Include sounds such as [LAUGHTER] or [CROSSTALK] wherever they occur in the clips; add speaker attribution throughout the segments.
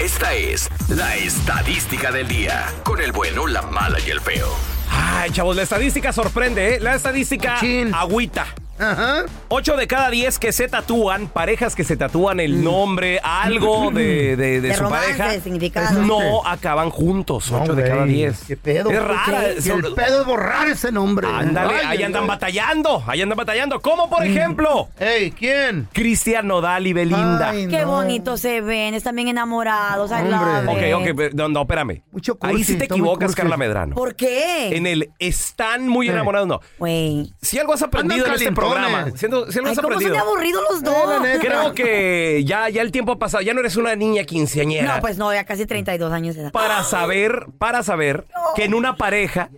Speaker 1: Esta es la estadística del día, con el bueno, la mala y el feo.
Speaker 2: Ay, chavos, la estadística sorprende, ¿eh? La estadística
Speaker 3: Chin.
Speaker 2: agüita.
Speaker 3: Ajá.
Speaker 2: 8 de cada 10 que se tatúan, parejas que se tatúan el nombre, algo de, Eh, de- de
Speaker 4: De
Speaker 2: su
Speaker 4: romance,
Speaker 2: pareja,
Speaker 4: de significado.
Speaker 2: no acaban juntos. 8 de
Speaker 3: Güey,
Speaker 2: cada 10.
Speaker 3: ¿Qué pedo?
Speaker 2: Es rara.
Speaker 3: Y
Speaker 2: son-
Speaker 3: el pedo es borrar ese nombre.
Speaker 2: Ándale,
Speaker 3: Ay,
Speaker 2: ahí
Speaker 3: ay,
Speaker 2: andan
Speaker 3: ay.
Speaker 2: batallando, ahí andan batallando. Como por ejemplo,
Speaker 3: Ey, ¿quién?
Speaker 2: Cristian Nodal y Belinda.
Speaker 3: Ay,
Speaker 4: Qué
Speaker 3: no.
Speaker 4: bonitos se ven, están bien enamorados. I love
Speaker 2: ok,
Speaker 3: Hombre.
Speaker 4: it.
Speaker 2: ok, pero- no, no, espérame.
Speaker 3: Mucho
Speaker 2: ahí sí
Speaker 3: cursi,
Speaker 2: te
Speaker 3: está muy
Speaker 2: equivocas,
Speaker 3: cursi.
Speaker 2: Carla Medrano.
Speaker 4: ¿Por qué?
Speaker 2: En el están muy enamorados, no.
Speaker 4: Güey.
Speaker 2: Si algo has aprendido en
Speaker 3: Andan
Speaker 2: este
Speaker 3: calentones.
Speaker 2: programa, si algo si algo
Speaker 4: Ay,
Speaker 2: has
Speaker 4: ¿cómo son de
Speaker 2: aprendido.
Speaker 4: aburridos los dos?
Speaker 3: la neta.
Speaker 2: Creo que ya, ya el tiempo ha pasado, ya no eres una niña quinceañera.
Speaker 4: No, pues no, ya casi 32 años de edad.
Speaker 2: Para saber, para saber que en una pareja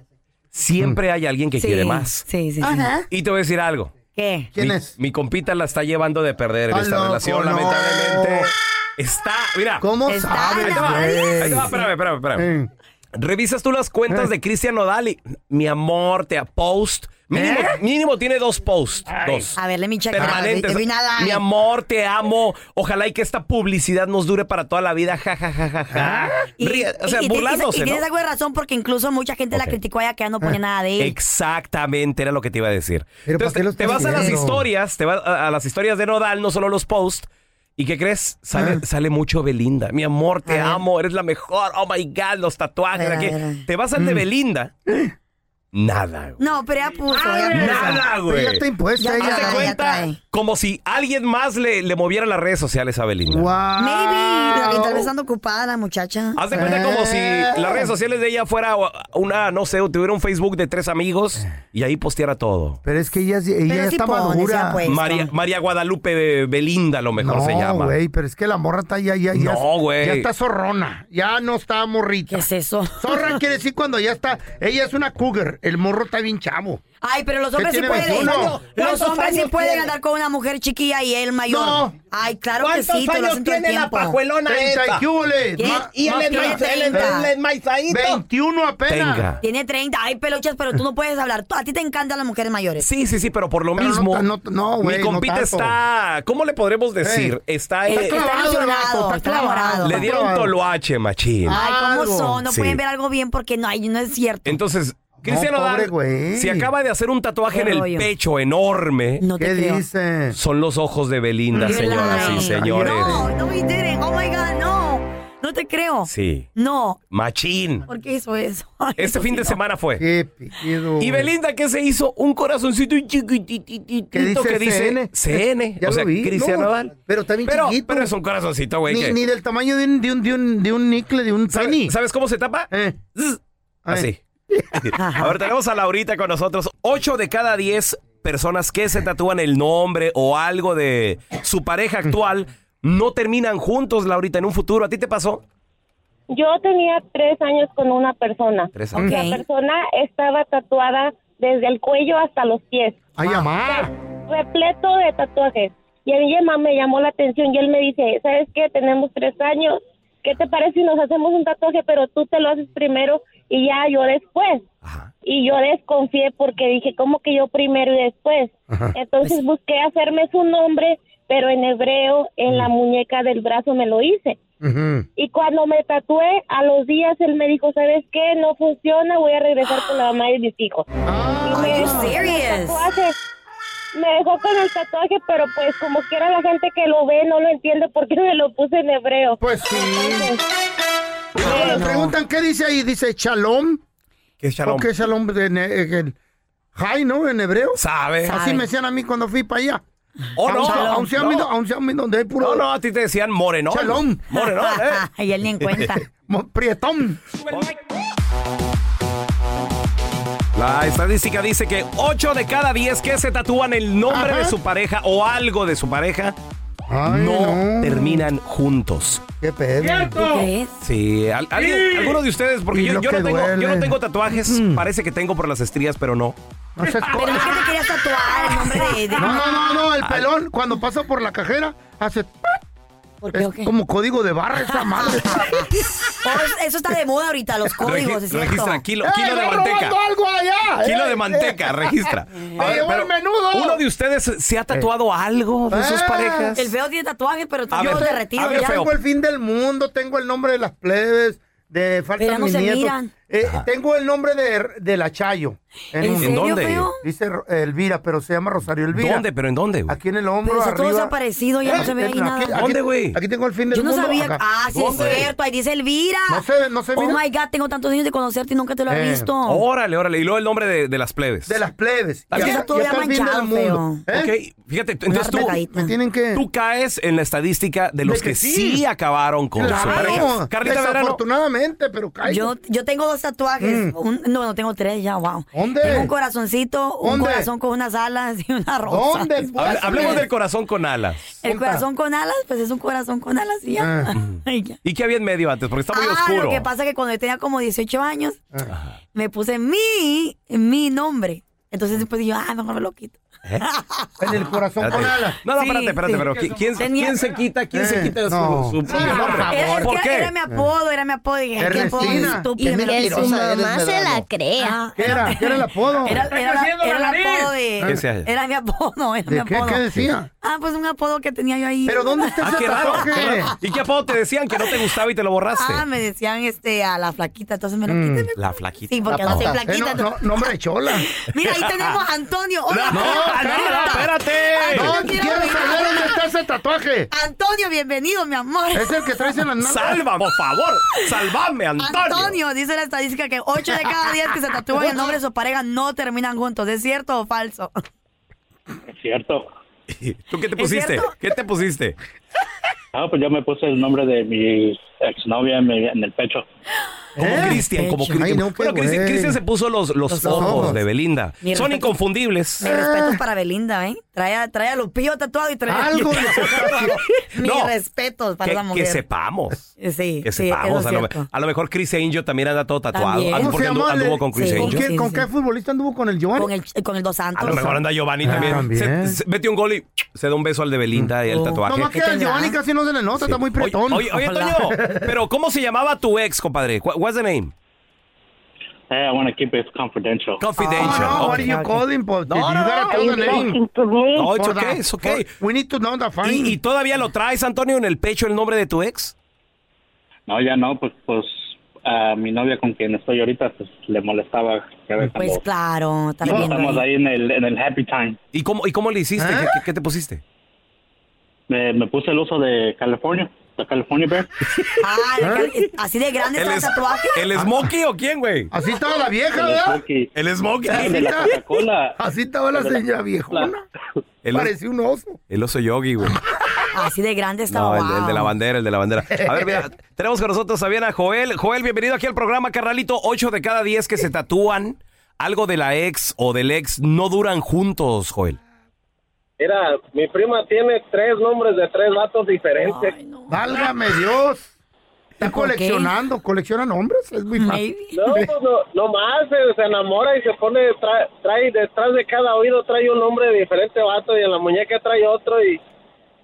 Speaker 2: siempre hay alguien que
Speaker 4: Mm. Sí,
Speaker 2: quiere más.
Speaker 4: Sí, sí, sí.
Speaker 3: Ajá.
Speaker 2: Y te voy a decir algo.
Speaker 4: ¿Qué?
Speaker 3: ¿Quién
Speaker 2: mi,
Speaker 3: es?
Speaker 2: Mi compita la está llevando de perder en
Speaker 3: Ah,
Speaker 2: esta
Speaker 3: loco,
Speaker 2: relación,
Speaker 3: no.
Speaker 2: lamentablemente. Está, mira.
Speaker 3: ¿Cómo
Speaker 4: Está
Speaker 3: sabes?
Speaker 2: Ahí te va,
Speaker 3: güey?
Speaker 2: ahí te va, espérame, espérame, espérame.
Speaker 3: Eh.
Speaker 2: Revisas tú las cuentas de Cristian Nodal y, mi amor, te post.
Speaker 4: ¿Eh?
Speaker 2: Mínimo, mínimo tiene dos posts. Dos.
Speaker 4: A ver, let me check.
Speaker 2: Permanentes.
Speaker 4: Ah, we- we not lying.
Speaker 2: Mi amor, te amo. Ojalá y que esta publicidad nos dure para toda la vida. Ja, ja, ja, ja, ja. Ríe- o sea,
Speaker 4: Ah. y- y-
Speaker 2: burlándose,
Speaker 4: Y, tienes
Speaker 2: ¿no?
Speaker 4: algo de razón porque incluso mucha gente
Speaker 2: Ok.
Speaker 4: la criticó allá que ya no
Speaker 3: Ah.
Speaker 4: pone nada de él.
Speaker 2: Eh, Exactamente, era lo que te iba a decir.
Speaker 3: Pero ¿para
Speaker 2: Entonces,
Speaker 3: qué
Speaker 2: te,
Speaker 3: lo
Speaker 2: te
Speaker 3: estás
Speaker 2: vas a las
Speaker 3: viendo?
Speaker 2: historias, te vas a, a las historias de Nodal, no solo los posts. ¿Y qué crees? Sale,
Speaker 3: Ah.
Speaker 2: sale mucho Belinda. Mi amor, te
Speaker 4: A ver.
Speaker 2: amo, eres la mejor. Oh my God, los tatuajes.
Speaker 4: A ver,
Speaker 2: aquí.
Speaker 4: a ver, a ver.
Speaker 2: Te vas
Speaker 3: Mm.
Speaker 2: al de Belinda. Nada, güey.
Speaker 4: No, pero ya puso. ya puso.
Speaker 2: Nada,
Speaker 3: Ah, Pero ya está
Speaker 2: güey.
Speaker 3: impuesta
Speaker 4: Ya-
Speaker 3: pues, ella.
Speaker 2: Hazte
Speaker 4: trae,
Speaker 2: cuenta
Speaker 4: trae.
Speaker 2: como si alguien más le, le moviera las redes sociales a Belinda.
Speaker 3: Wow.
Speaker 4: Maybe. Y tal vez anda ocupada la muchacha.
Speaker 2: Haz de cuenta como si
Speaker 4: Eh.
Speaker 2: las redes sociales de ella fuera una, no sé, tuviera un Facebook de tres amigos y ahí posteara todo.
Speaker 3: Pero es que ella, ella
Speaker 4: Pero
Speaker 3: ya
Speaker 4: sí
Speaker 3: está
Speaker 4: pone,
Speaker 3: madura.
Speaker 4: sea, pues. Esto.
Speaker 2: María, María Guadalupe Belinda, a lo mejor se
Speaker 3: No,
Speaker 2: llama.
Speaker 3: güey, pero es que la morra está ya, ya, ya.
Speaker 2: No, güey.
Speaker 3: Ya está zorrona. Ya no está morrita.
Speaker 4: ¿Qué es eso? [LAUGHS]
Speaker 3: Zorra quiere decir cuando ya está. Ella es una cougar. El morro está bien chavo.
Speaker 4: Ay, pero los hombres sí
Speaker 3: tiene
Speaker 4: pueden.
Speaker 3: 21?
Speaker 4: Los hombres sí
Speaker 5: años
Speaker 4: pueden
Speaker 5: tiene?
Speaker 4: andar con una mujer chiquilla y él mayor.
Speaker 3: No.
Speaker 4: Ay, claro que sí, te lo hacen todo el tiempo.
Speaker 3: Treinta y qué hubole.
Speaker 4: ¿Qué?
Speaker 3: Ma-
Speaker 4: Y él
Speaker 3: más
Speaker 4: es
Speaker 3: que-
Speaker 4: maíz- él es- él es
Speaker 3: 21 apenas.
Speaker 2: Tenga.
Speaker 4: Tiene 30. Ay, peluchas, pero tú no puedes hablar. Tú- A ti te encantan las mujeres mayores.
Speaker 2: Sí, sí, sí, pero por lo
Speaker 3: Pero no
Speaker 2: mismo.
Speaker 3: ta- no- no, güey,
Speaker 2: mi
Speaker 3: no
Speaker 2: compita
Speaker 3: tanto.
Speaker 2: está. ¿Cómo le podremos decir? Está.
Speaker 4: Está
Speaker 2: eh,
Speaker 4: clavado, enamorado, está enamorado.
Speaker 2: le dieron toloache, machín.
Speaker 3: Ah.
Speaker 4: Ay, ¿cómo
Speaker 3: Algo.
Speaker 4: son? No
Speaker 2: Sí.
Speaker 4: pueden ver algo bien porque no, ay, no es cierto.
Speaker 2: Entonces, Cristiano
Speaker 3: pobre
Speaker 2: Nodal
Speaker 3: güey.
Speaker 2: se acaba de hacer un tatuaje
Speaker 4: Qué
Speaker 2: en el
Speaker 4: rollo.
Speaker 2: pecho enorme.
Speaker 4: No te
Speaker 3: ¿Qué
Speaker 4: creo.
Speaker 3: dice?
Speaker 2: Son los ojos de Belinda,
Speaker 4: You're
Speaker 2: señoras
Speaker 4: lying.
Speaker 2: y Ah, señores.
Speaker 4: No, no me didn't. Oh my God, no. No te creo.
Speaker 2: Sí.
Speaker 4: No.
Speaker 2: Machín.
Speaker 4: ¿Por qué hizo eso? Ay,
Speaker 2: Este
Speaker 4: eso
Speaker 2: fin
Speaker 4: sí
Speaker 2: de
Speaker 4: no.
Speaker 2: semana fue.
Speaker 3: Qué piquido.
Speaker 2: Y Belinda, ¿qué se hizo? Un corazoncito chiquitititito
Speaker 3: ¿Qué dice
Speaker 2: que dice
Speaker 3: CN?
Speaker 2: CN.
Speaker 3: [LAUGHS] Ya
Speaker 2: o
Speaker 3: lo
Speaker 2: sea,
Speaker 3: vi.
Speaker 2: Cristian
Speaker 3: No,
Speaker 2: Nodal.
Speaker 3: pero está bien
Speaker 2: pero,
Speaker 3: chiquito.
Speaker 2: Pero es un corazoncito, güey.
Speaker 3: Ni,
Speaker 2: que-
Speaker 3: ni del tamaño de un, de un, de un, de un nicle, de un
Speaker 2: ¿sabe-
Speaker 3: penny.
Speaker 2: ¿Sabes cómo se tapa?
Speaker 3: Eh.
Speaker 2: Zzz,
Speaker 3: A ver. [LAUGHS]
Speaker 2: Así. A ver, tenemos a Laurita con nosotros. Ocho de cada diez personas que se tatúan el nombre o algo de su pareja actual no terminan juntos, Laurita, en un futuro. ¿A ti te pasó?
Speaker 5: Yo tenía tres años con una persona.
Speaker 2: Tres
Speaker 4: Ok.
Speaker 5: La persona estaba tatuada desde el cuello hasta los pies,
Speaker 3: Ay, amá.
Speaker 5: repleto de tatuajes. Y a mi mamá me llamó la atención y él me dice, ¿sabes qué? Tenemos tres años. ¿Qué te parece si nos hacemos un tatuaje, pero tú te lo haces primero y ya yo después?
Speaker 2: Ajá.
Speaker 5: Y yo desconfié porque dije, ¿cómo que yo primero y después? Entonces busqué hacerme su nombre, pero en hebreo, en la muñeca del brazo me lo hice.
Speaker 3: Ujú.
Speaker 5: Y cuando me tatué, a los días él me dijo, ¿sabes qué? No funciona, voy a regresar con la mamá de mis hijos.
Speaker 3: Ah,
Speaker 4: Are you
Speaker 5: El
Speaker 4: serious?
Speaker 5: tatuaje, me dejó con el tatuaje, pero pues como quiera la gente que lo ve no lo entiende porque [LAUGHS] me lo puse en hebreo.
Speaker 3: pues sí. Y luego le preguntan qué dice ahí. Dice shalom.
Speaker 2: ¿Qué
Speaker 3: ¿O qué shalom? En, en, en- Jai, ¿no? En hebreo.
Speaker 2: ¿Sabe?
Speaker 4: Sa-
Speaker 3: Así
Speaker 4: Ay.
Speaker 3: me decían a mí cuando fui para allá.
Speaker 2: ¿O no?
Speaker 3: Aún se
Speaker 2: No.
Speaker 3: donde hay puro
Speaker 2: No, no, a ti te decían morenón.
Speaker 3: Chalón.
Speaker 4: [LAUGHS]
Speaker 2: Morenón, eh.
Speaker 4: y él ni en cuenta.
Speaker 2: [LAUGHS]
Speaker 3: mo- prietón.
Speaker 2: La estadística dice que 8 de cada 10 que se tatúan el nombre
Speaker 3: Ajá.
Speaker 2: de su pareja o algo de su pareja
Speaker 3: Ay,
Speaker 2: no,
Speaker 3: no.
Speaker 2: terminan juntos.
Speaker 3: ¿Qué pedo?
Speaker 4: ¿Tú crees?
Speaker 2: Sí, al- alguien- alguno de ustedes, porque
Speaker 3: Y
Speaker 2: yo,
Speaker 3: lo
Speaker 2: yo no
Speaker 3: que
Speaker 2: tengo, yo no
Speaker 3: duele. Mm.
Speaker 2: tengo tatuajes, parece que tengo por las estrías, pero no.
Speaker 3: No se
Speaker 4: ¿Pero
Speaker 3: esconde.
Speaker 4: es que te querías tatuar el nombre de... de-
Speaker 3: No, no, no, no, el pelón cuando pasa por la cajera hace...
Speaker 4: ¿Por qué
Speaker 3: Es
Speaker 4: o qué?
Speaker 3: como código de barra
Speaker 2: Ah,
Speaker 3: esa madre.
Speaker 4: Oh, es- eso está de moda ahorita, los códigos,
Speaker 2: Regi-
Speaker 4: es cierto.
Speaker 2: registra kilo,
Speaker 3: ¡Eh,
Speaker 2: kilo de
Speaker 3: está
Speaker 2: manteca.
Speaker 3: robando algo allá!
Speaker 2: Kilo
Speaker 3: ¡Eh,
Speaker 2: de
Speaker 4: [LAUGHS]
Speaker 3: eh!
Speaker 2: manteca, registra. A ver,
Speaker 3: llevó el
Speaker 2: pero,
Speaker 3: menudo!
Speaker 2: ¿Uno de ustedes se ha tatuado algo de sus
Speaker 3: Eh.
Speaker 2: parejas?
Speaker 4: Ah. El feo tiene tatuaje, pero
Speaker 2: A
Speaker 4: yo
Speaker 2: ver,
Speaker 4: derretido
Speaker 2: a ver,
Speaker 4: ya.
Speaker 2: feo.
Speaker 3: Tengo el fin del mundo, tengo el nombre de las plebes,
Speaker 4: Pero
Speaker 3: de
Speaker 4: ya
Speaker 3: faltan
Speaker 4: no
Speaker 3: mis
Speaker 4: se
Speaker 3: nietos.
Speaker 4: miran.
Speaker 3: Eh, tengo el nombre de, de la Chayo. En
Speaker 4: ¿En
Speaker 3: un-
Speaker 2: ¿En
Speaker 4: serio,
Speaker 2: dónde?
Speaker 4: feo?
Speaker 3: Dice Ro- Elvira, pero se llama Rosario Elvira.
Speaker 2: ¿Dónde? ¿Pero en dónde, güey?
Speaker 3: Aquí en el hombro,
Speaker 4: Pero eso todo
Speaker 3: arriba. Eh,
Speaker 4: desaparecido, ya no se ve ahí nada.
Speaker 2: ¿Dónde, güey?
Speaker 3: Aquí tengo el fin del
Speaker 4: Yo no
Speaker 3: mundo.
Speaker 4: sabía.
Speaker 3: acá.
Speaker 4: Ah, sí, es
Speaker 2: ¿Dónde?
Speaker 4: cierto. Ahí dice Elvira.
Speaker 3: No se- no se
Speaker 4: Oh
Speaker 3: mira.
Speaker 4: my God, tengo tantos años de conocerte y nunca te lo he
Speaker 3: Eh,
Speaker 4: visto.
Speaker 2: Oh, Órale, órale. Y luego el nombre de, de las plebes.
Speaker 3: De las plebes.
Speaker 2: Aquí está
Speaker 4: todo
Speaker 3: ya
Speaker 4: ya
Speaker 3: el fin del
Speaker 4: manchado,
Speaker 3: mundo.
Speaker 2: Ok,
Speaker 3: ¿Eh?
Speaker 2: fíjate, entonces tú,
Speaker 4: pegadita.
Speaker 3: Me tienen que...
Speaker 2: tú caes en la estadística de los
Speaker 3: De
Speaker 2: que,
Speaker 3: que
Speaker 2: sí.
Speaker 3: sí.
Speaker 2: acabaron con su pareja.
Speaker 3: Claro,
Speaker 2: Carlita Verano.
Speaker 3: desafortunadamente, pero caigo.
Speaker 4: Yo, yo tengo dos tatuajes. Un- no, no tengo tres ya, wow.
Speaker 3: ¿Dónde?
Speaker 4: Tengo un corazoncito, un
Speaker 3: ¿Dónde?
Speaker 4: corazón con unas alas y una rosa.
Speaker 3: ¿Dónde?
Speaker 2: A ver,
Speaker 3: pues,
Speaker 2: hablemos
Speaker 3: güey?
Speaker 2: del corazón con alas.
Speaker 4: El corazón con alas, pues es un corazón con alas y
Speaker 3: Ah.
Speaker 4: ya. Y ya.
Speaker 2: ¿Y qué había en medio antes? Porque está muy
Speaker 4: ah,
Speaker 2: oscuro.
Speaker 4: lo que pasa es que cuando yo tenía como 18 años, me puse mi, mi nombre. Entonces después yo, ah, mejor me lo quito.
Speaker 3: En el corazón
Speaker 2: ¿Eh? Espérate.
Speaker 3: con alas.
Speaker 2: No, no,
Speaker 4: Sí,
Speaker 2: espérate, espérate,
Speaker 4: sí.
Speaker 2: pero ¿qui- ¿quién,
Speaker 4: Tenía-
Speaker 2: quién se quita? ¿Quién se
Speaker 3: Eh,
Speaker 2: quita su,
Speaker 3: no.
Speaker 2: su propio
Speaker 3: Ah,
Speaker 2: nombre?
Speaker 3: por
Speaker 4: Era, es que
Speaker 2: ¿Por qué?
Speaker 4: era mi apodo, era mi apodo. Y dije, ¿qué apodo más
Speaker 3: Ernestina,
Speaker 4: estúpido?
Speaker 3: qué
Speaker 6: Que su
Speaker 3: mentirosa eres,
Speaker 6: mamá se la
Speaker 3: Medrano.
Speaker 6: crea.
Speaker 4: Ah,
Speaker 3: ¿Qué era? ¿Qué era el apodo?
Speaker 4: Era, era la- era el apodo
Speaker 2: ¿Qué se
Speaker 4: de.
Speaker 2: hace?
Speaker 4: Era mi apodo, era mi
Speaker 3: ¿De qué?
Speaker 4: apodo.
Speaker 3: ¿Qué decía?
Speaker 4: Ah, pues un apodo que tenía yo ahí.
Speaker 3: ¿Pero dónde está
Speaker 2: Ah,
Speaker 3: ese
Speaker 2: qué raro.
Speaker 3: tatuaje?
Speaker 2: ¿Y qué apodo te decían que no te gustaba y te lo borraste? Mm.
Speaker 4: Ah, me decían este a la flaquita, entonces
Speaker 3: Mm.
Speaker 4: me lo quité. me-
Speaker 2: La flaquita.
Speaker 4: Sí, porque
Speaker 3: La
Speaker 4: no soy
Speaker 3: pata. Eh,
Speaker 4: flaquita.
Speaker 3: [LAUGHS] no, no,
Speaker 4: entonces-
Speaker 3: nombre de chola.
Speaker 4: Mira, ahí tenemos a Antonio. Hola,
Speaker 2: No,
Speaker 4: Antonio.
Speaker 2: no, no, espérate.
Speaker 4: Ay,
Speaker 3: No,
Speaker 4: no
Speaker 3: tú
Speaker 4: quiero
Speaker 3: quieres
Speaker 4: bailar.
Speaker 3: saber dónde está ese tatuaje.
Speaker 4: Antonio, bienvenido, mi amor.
Speaker 3: Es el que traes en las nalgas.
Speaker 2: Salva, por favor. Salvame, Antonio.
Speaker 4: Antonio, dice la estadística que 8 de cada 10 que se tatúan el nombre de su pareja no terminan juntos. ¿Es cierto o falso?
Speaker 7: Ah, Es cierto.
Speaker 2: [LAUGHS] ¿Tú qué te
Speaker 4: ¿Es
Speaker 2: pusiste?
Speaker 4: cierto?
Speaker 2: ¿Qué te pusiste?
Speaker 7: Ah, pues yo me puse el nombre de mi exnovia en, mi- en el pecho.
Speaker 2: Como
Speaker 3: ¿Eh?
Speaker 2: Cristian, como
Speaker 4: Ay,
Speaker 2: Cristian.
Speaker 3: no, qué
Speaker 2: bueno, Cristian,
Speaker 3: güey.
Speaker 2: Cristian se puso los, los,
Speaker 4: Los
Speaker 2: ojos,
Speaker 3: ojos.
Speaker 2: de Belinda.
Speaker 4: Mi
Speaker 2: Son
Speaker 4: respeto.
Speaker 2: inconfundibles.
Speaker 4: Mi
Speaker 2: Ah.
Speaker 4: respeto para Belinda, ¿eh? Trae, a- trae a Lupillo tatuado y trae
Speaker 3: Algo le
Speaker 4: [LAUGHS] Mi
Speaker 2: No.
Speaker 4: respeto para
Speaker 2: Que,
Speaker 4: la
Speaker 2: que
Speaker 4: mujer.
Speaker 2: sepamos.
Speaker 4: Eh, Sí,
Speaker 2: Que
Speaker 4: sí,
Speaker 2: sepamos.
Speaker 4: eso
Speaker 2: a,
Speaker 4: es
Speaker 2: lo, me-
Speaker 4: cierto.
Speaker 2: a lo mejor Chris Angel también anda todo tatuado.
Speaker 4: También.
Speaker 2: Ah,
Speaker 4: ¿Cómo
Speaker 2: porque
Speaker 3: se
Speaker 2: anduvo,
Speaker 3: llama?
Speaker 2: anduvo con Chris
Speaker 4: Sí.
Speaker 3: ¿Con,
Speaker 2: Angel.
Speaker 3: qué,
Speaker 4: Sí,
Speaker 3: ¿Con
Speaker 4: sí.
Speaker 3: qué futbolista anduvo con el Giovanni?
Speaker 4: Con el, eh, con el Dos Santos.
Speaker 2: A lo mejor anda Giovanni
Speaker 3: Ah,
Speaker 2: también.
Speaker 3: también.
Speaker 2: Se, se- mete un gol y se da un beso al de Belinda y el
Speaker 4: Oh.
Speaker 2: tatuaje.
Speaker 3: Nomás que el
Speaker 4: tendrá?
Speaker 3: Giovanni casi no se le nota, está muy
Speaker 2: Oye,
Speaker 3: pretón.
Speaker 2: oye, oye,
Speaker 4: Ojalá.
Speaker 2: Toño, pero ¿cómo se llamaba tu ex, compadre? Wha- What's the name?
Speaker 7: Hey, Eh, I want to keep it confidential.
Speaker 3: No,
Speaker 2: Confidential.
Speaker 3: Ah, no, what
Speaker 2: Ok.
Speaker 3: are you calling? Pues,
Speaker 2: No,
Speaker 3: you
Speaker 2: no,
Speaker 3: gotta
Speaker 2: no, pues,
Speaker 3: tell the
Speaker 5: Are you
Speaker 3: name.
Speaker 5: talking to me?
Speaker 2: No, it's
Speaker 3: For
Speaker 2: okay,
Speaker 3: that-
Speaker 2: it's okay.
Speaker 3: for- We need to know the fine.
Speaker 2: ¿Y, y todavía lo traes, Antonio, en el pecho el nombre de tu ex?
Speaker 7: No, ya no, pues, pues a mi novia con quien estoy ahorita pues, le molestaba. Ya ves,
Speaker 4: Pues
Speaker 7: cuando-
Speaker 4: claro, está
Speaker 7: cuando
Speaker 4: bien.
Speaker 7: estamos ahí en el, en el happy time.
Speaker 2: ¿Y cómo, y cómo le hiciste?
Speaker 3: ¿Eh?
Speaker 2: ¿Qué- ¿Qué, qué te pusiste?
Speaker 7: Me, me puse el uso de California, de California Bear.
Speaker 4: Ah, de cal- así de grande está el
Speaker 2: ¿eh? es-
Speaker 4: tatuaje. Ah.
Speaker 2: ¿El Smokey o quién, güey?
Speaker 3: Ah. Así estaba la vieja,
Speaker 7: El
Speaker 3: ¿verdad?
Speaker 7: Smokey.
Speaker 2: El Smokey.
Speaker 7: El de la Coca-Cola.
Speaker 3: Así estaba la señora viejona.
Speaker 2: El-
Speaker 3: Parecía un oso.
Speaker 2: El oso yogi, güey.
Speaker 4: Así de grande
Speaker 2: No,
Speaker 4: Ah, estaba.
Speaker 2: el, de- el de la
Speaker 4: wow.
Speaker 2: bandera, el de la bandera. A
Speaker 4: [LAUGHS]
Speaker 2: ver, mira, tenemos con nosotros también a Joel. Joel, bienvenido aquí al programa, carnalito. Ocho de cada diez que se tatúan algo de la ex o del ex no duran juntos, Joel.
Speaker 8: Mira, mi prima tiene tres nombres de tres vatos diferentes.
Speaker 4: Ay, no.
Speaker 3: Válgame Dios. Está
Speaker 4: ¿Y por qué?
Speaker 3: coleccionando, coleccionan hombres, es muy fácil.
Speaker 4: Maybe.
Speaker 8: No, pues no, no más, eh, se, se enamora y se pone, tra- trae detrás de cada oído trae un nombre de diferente vato y en la muñeca trae otro y,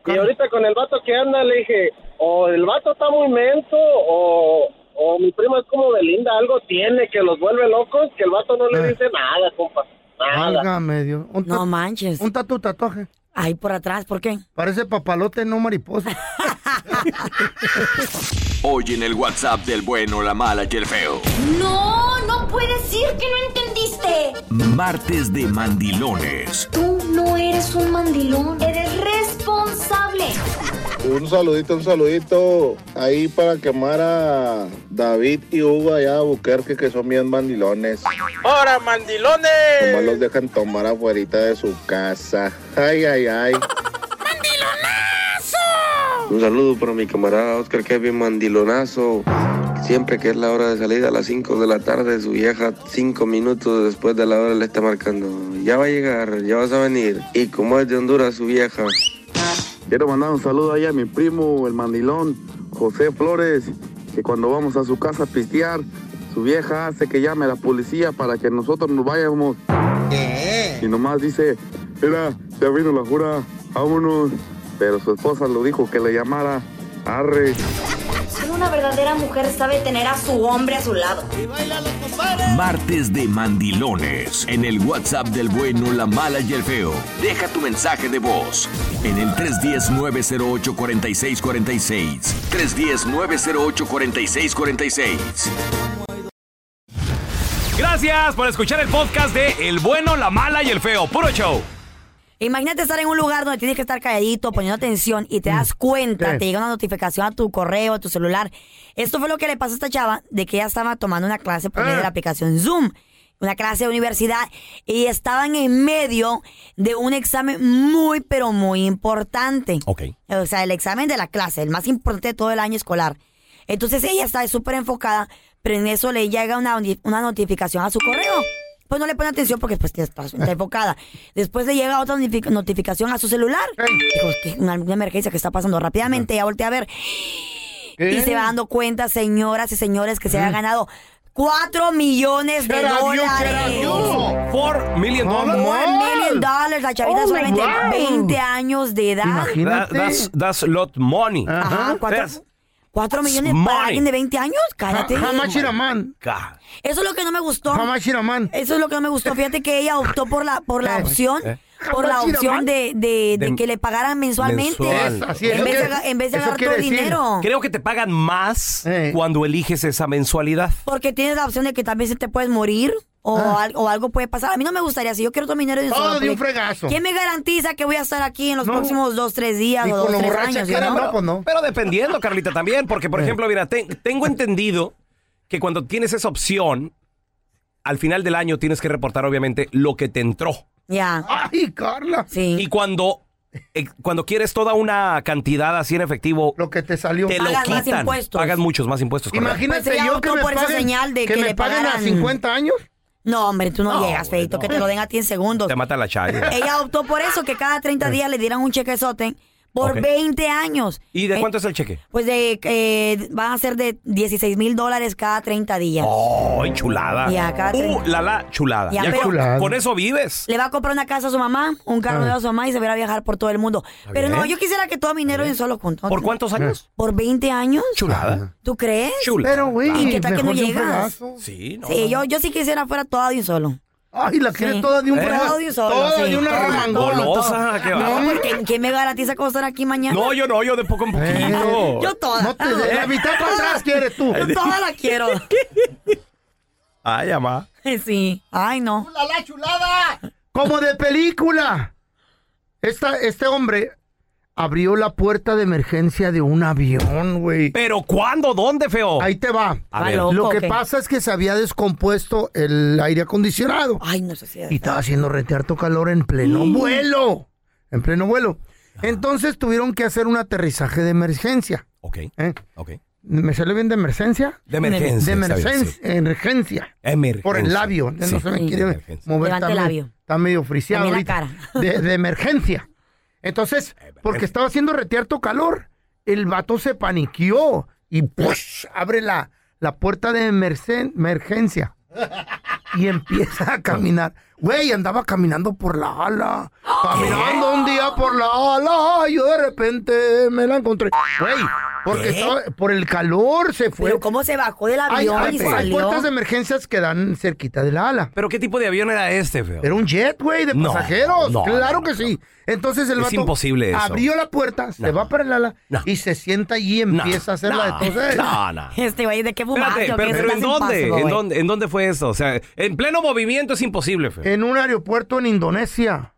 Speaker 8: y ahorita con el vato que anda le dije, o el vato está muy mento o, o mi prima es como Belinda, algo tiene que los vuelve locos, que el vato no
Speaker 3: Ah.
Speaker 8: le dice nada, compa, nada.
Speaker 3: Válgame Dios. Un,
Speaker 4: No
Speaker 3: tatu-
Speaker 4: manches.
Speaker 3: un tatu tatuaje.
Speaker 4: Ahí por atrás, ¿por qué?
Speaker 3: Parece papalote, no mariposa.
Speaker 1: Hoy en el WhatsApp del bueno, la mala y el feo.
Speaker 6: No, no puedes decir que no entendiste.
Speaker 1: Martes de mandilones.
Speaker 6: Tú no eres un mandilón, eres responsable.
Speaker 9: Un saludito, un saludito ahí para quemar a David y Hugo allá a Buquerque, que son bien mandilones.
Speaker 8: ¡Ahora, mandilones!
Speaker 9: Nomás los dejan tomar afuerita de su casa. Ay, ay, ay.
Speaker 10: Un saludo para mi camarada Oscar Kevin Mandilonazo. Siempre que es la hora de salida a las 5 de la tarde, su vieja 5 minutos después de la hora le está marcando. Ya va a llegar, ya vas a venir. Y como es de Honduras, su vieja.
Speaker 11: Quiero mandar un saludo ahí a mi primo, el mandilón, José Flores, que cuando vamos a su casa a pistear, su vieja hace que llame a la policía para que nosotros nos vayamos. Y nomás dice, mira, ya vino la jura, vámonos. Pero su esposa lo dijo que le llamara Arre.
Speaker 6: Solo una verdadera mujer sabe tener a su hombre a su lado.
Speaker 1: Martes de Mandilones. En el WhatsApp del bueno, la mala y el feo. Deja tu mensaje de voz en el 310-908-4646. 310-908-4646.
Speaker 2: Gracias por escuchar el podcast de El bueno, la mala y el feo. Puro show.
Speaker 4: Imagínate estar en un lugar donde tienes que estar calladito, poniendo atención y te das cuenta,
Speaker 2: Mm. Sí.
Speaker 4: te llega una notificación a tu correo, a tu celular. Esto fue lo que le pasó a esta chava de que ella estaba tomando una clase por
Speaker 2: Ah.
Speaker 4: medio de la aplicación Zoom, una clase de universidad, y estaban en medio de un examen muy, pero muy importante.
Speaker 2: Ok.
Speaker 4: O sea, el examen de la clase, el más importante de todo el año escolar. Entonces ella está súper enfocada, pero en eso le llega una, una notificación a su correo. Pues no le pone atención porque pues está, está enfocada. Después le llega otra notific- notificación a su celular. Dijo, "¿Qué? una, una emergencia que está pasando. Rápidamente ella voltea a ver. Y se va dando cuenta, señoras y señores, que se ha ganado 4 millones de
Speaker 2: Será Dios, será
Speaker 4: dólares.
Speaker 2: Dios. Four million dollars.
Speaker 4: One million dollars. La chavita
Speaker 2: Oh,
Speaker 4: solamente
Speaker 2: wow.
Speaker 4: 20 años de edad.
Speaker 2: That- that's, that's a lot money.
Speaker 4: Ajá, cuatro-
Speaker 2: That's-
Speaker 4: ¿Cuatro
Speaker 2: that's
Speaker 4: millones para
Speaker 2: money.
Speaker 4: alguien de 20 años? Cállate.
Speaker 2: How- how much in a
Speaker 3: man?
Speaker 2: God.
Speaker 4: Eso es lo que no me gustó. Eso es lo que no me gustó. Fíjate que ella optó por la, por la
Speaker 2: Eh.
Speaker 4: opción,
Speaker 2: Eh.
Speaker 4: por la
Speaker 3: How much in a
Speaker 4: opción
Speaker 3: man?
Speaker 4: de, de- de
Speaker 2: De-
Speaker 4: que le pagaran mensualmente.
Speaker 2: Mensual.
Speaker 4: En vez de, aga- en vez de agarrar todo el dinero.
Speaker 2: Creo que te pagan más
Speaker 3: Eh.
Speaker 2: cuando eliges esa mensualidad.
Speaker 4: Porque tienes la opción de que también se te puedes morir o, al- o algo puede pasar. A mí no me gustaría, si yo quiero todo mi dinero de un
Speaker 3: Ah. Todo
Speaker 4: solo
Speaker 3: de un
Speaker 4: golpe,
Speaker 3: fregazo.
Speaker 4: ¿Quién me garantiza que voy a estar aquí en los próximos dos, tres días o dos, tres años? Eh. you know?
Speaker 2: Pero dependiendo, Carlita, también, porque por ejemplo, mira, te- tengo entendido que cuando tienes esa opción, al final del año tienes que reportar, obviamente, lo que te entró.
Speaker 4: Ya.
Speaker 3: Ay, Carla.
Speaker 4: Sí.
Speaker 2: Y cuando, eh, cuando quieres toda una cantidad así en efectivo,
Speaker 3: lo que te salió,
Speaker 2: te lo
Speaker 4: Pagas más
Speaker 2: quitan.
Speaker 4: impuestos.
Speaker 2: Pagas muchos más impuestos. correcto.
Speaker 3: Imagínate
Speaker 4: Pues ella
Speaker 3: yo que
Speaker 4: optó
Speaker 3: me
Speaker 4: por esa
Speaker 3: paguen-
Speaker 4: señal de
Speaker 3: que
Speaker 4: que
Speaker 3: me
Speaker 4: le
Speaker 3: paguen a
Speaker 4: pagaran-
Speaker 3: 50 años.
Speaker 4: No, hombre, tú no,
Speaker 2: No,
Speaker 4: llegas, Feito, que te lo den a ti en segundos.
Speaker 2: Te mata la chaya.
Speaker 4: [LAUGHS] Ella optó por eso, que cada 30 días le dieran un chequezote por
Speaker 2: Eh. Ok.
Speaker 4: 20 años.
Speaker 2: ¿Y de
Speaker 4: Eh,
Speaker 2: cuánto es el cheque?
Speaker 4: Pues de, eh, van a ser de 16 mil dólares cada 30 días.
Speaker 2: ¡Ay, chulada!
Speaker 4: Y acá te-
Speaker 2: ¡Uh, Oh. la, la, chulada!
Speaker 4: Ya,
Speaker 2: Ya
Speaker 4: pero-
Speaker 2: con,
Speaker 3: Ah.
Speaker 4: Chulada.
Speaker 2: con eso vives.
Speaker 4: Le va a comprar una casa a su mamá, un carro
Speaker 2: Ah.
Speaker 4: nuevo a su mamá y se va a ir a viajar por todo el mundo. Pero
Speaker 2: bien.
Speaker 4: no, yo quisiera que todo mi dinero en solo junto.
Speaker 2: ¿Por cuántos años?
Speaker 4: ¿Por 20 años?
Speaker 2: Chulada.
Speaker 4: ¿Tú crees?
Speaker 2: Chulada. Pero, güey,
Speaker 4: ¿Y qué tal que no
Speaker 2: mejor de un
Speaker 4: llegas?
Speaker 2: fregazo. Sí, no.
Speaker 4: Sí, yo, yo sí quisiera fuera toda de un solo.
Speaker 3: Ay, la
Speaker 2: quieres toda de un fregazo.
Speaker 4: Toda de un solo.
Speaker 2: Toda
Speaker 4: sí.
Speaker 2: de una
Speaker 4: Toda,
Speaker 2: remangona,
Speaker 4: toda,
Speaker 2: Golosa,
Speaker 4: toda.
Speaker 2: qué
Speaker 4: No,
Speaker 2: bárbaro.
Speaker 4: porque ¿quién me garantiza que voy a estar aquí mañana?
Speaker 2: No, yo no, yo de poco en poquito.
Speaker 4: Yo toda.
Speaker 3: Eh, No te- la mitad para atrás quieres tú.
Speaker 4: Yo toda la quiero.
Speaker 2: [LAUGHS]
Speaker 4: [LAUGHS]
Speaker 2: Ay, mamá.
Speaker 4: Sí. Ay, no.
Speaker 3: ¡La chulada! Como de película. Esta, este hombre abrió la puerta de emergencia de un avión, güey.
Speaker 2: ¿Pero cuándo? ¿Dónde, feo?
Speaker 3: Ahí te va.
Speaker 2: A ver. ¿Está
Speaker 3: Lo
Speaker 2: loco
Speaker 3: que
Speaker 2: o qué?
Speaker 3: pasa es que se había descompuesto el aire acondicionado.
Speaker 4: Ay, no sé si
Speaker 3: Y estaba haciendo retearto calor en pleno vuelo. En pleno vuelo. Entonces tuvieron que hacer un aterrizaje de emergencia.
Speaker 2: Ok.
Speaker 3: ¿Eh?
Speaker 2: Ok.
Speaker 3: ¿Me sale bien de emergencia?
Speaker 2: De emergencia,
Speaker 3: De
Speaker 2: está bien,
Speaker 3: emergencia. emergencia.
Speaker 2: Emergencia.
Speaker 3: Por el labio.
Speaker 2: Eh, Sí.
Speaker 3: No se me
Speaker 2: Sí.
Speaker 3: quiere
Speaker 2: Emergencia.
Speaker 3: mover.
Speaker 4: Levanta el
Speaker 3: está
Speaker 4: labio.
Speaker 3: medio- Está medio friseado.
Speaker 4: También la
Speaker 3: ahorita. De, de emergencia. Entonces, porque estaba haciendo retierto calor, el vato se paniqueó y ¡push! abre la, la puerta de emergen- emergencia y empieza a caminar. Güey, andaba caminando por la ala. Caminando un día por la ala. Yo de repente me la encontré. Güey, porque estaba- por el calor se fue.
Speaker 4: Pero ¿cómo se bajó del
Speaker 3: Hay,
Speaker 4: avión
Speaker 3: hay-
Speaker 4: y
Speaker 3: hay
Speaker 4: salió?
Speaker 3: puertas de emergencias que dan cerquita de la ala.
Speaker 2: ¿Pero qué tipo de avión era este, feo?
Speaker 3: Era un jet, güey, de
Speaker 2: No,
Speaker 3: pasajeros.
Speaker 2: no,
Speaker 3: claro que sí. Entonces el
Speaker 2: Es
Speaker 3: vato
Speaker 2: imposible eso.
Speaker 3: abrió la puerta, se va para el ala y se sienta allí y empieza a hacer la de toser.
Speaker 2: No, no.
Speaker 4: Este güey, ¿de qué
Speaker 2: Espérate,
Speaker 4: fumaste? o qué?
Speaker 2: pero,
Speaker 4: Eso
Speaker 2: pero
Speaker 4: está
Speaker 2: ¿en,
Speaker 4: sin
Speaker 2: dónde?
Speaker 4: paso,
Speaker 2: ¿en
Speaker 4: güey.
Speaker 2: dónde? ¿En dónde fue esto? O sea, en pleno movimiento es imposible, feo.
Speaker 3: En un aeropuerto en Indonesia.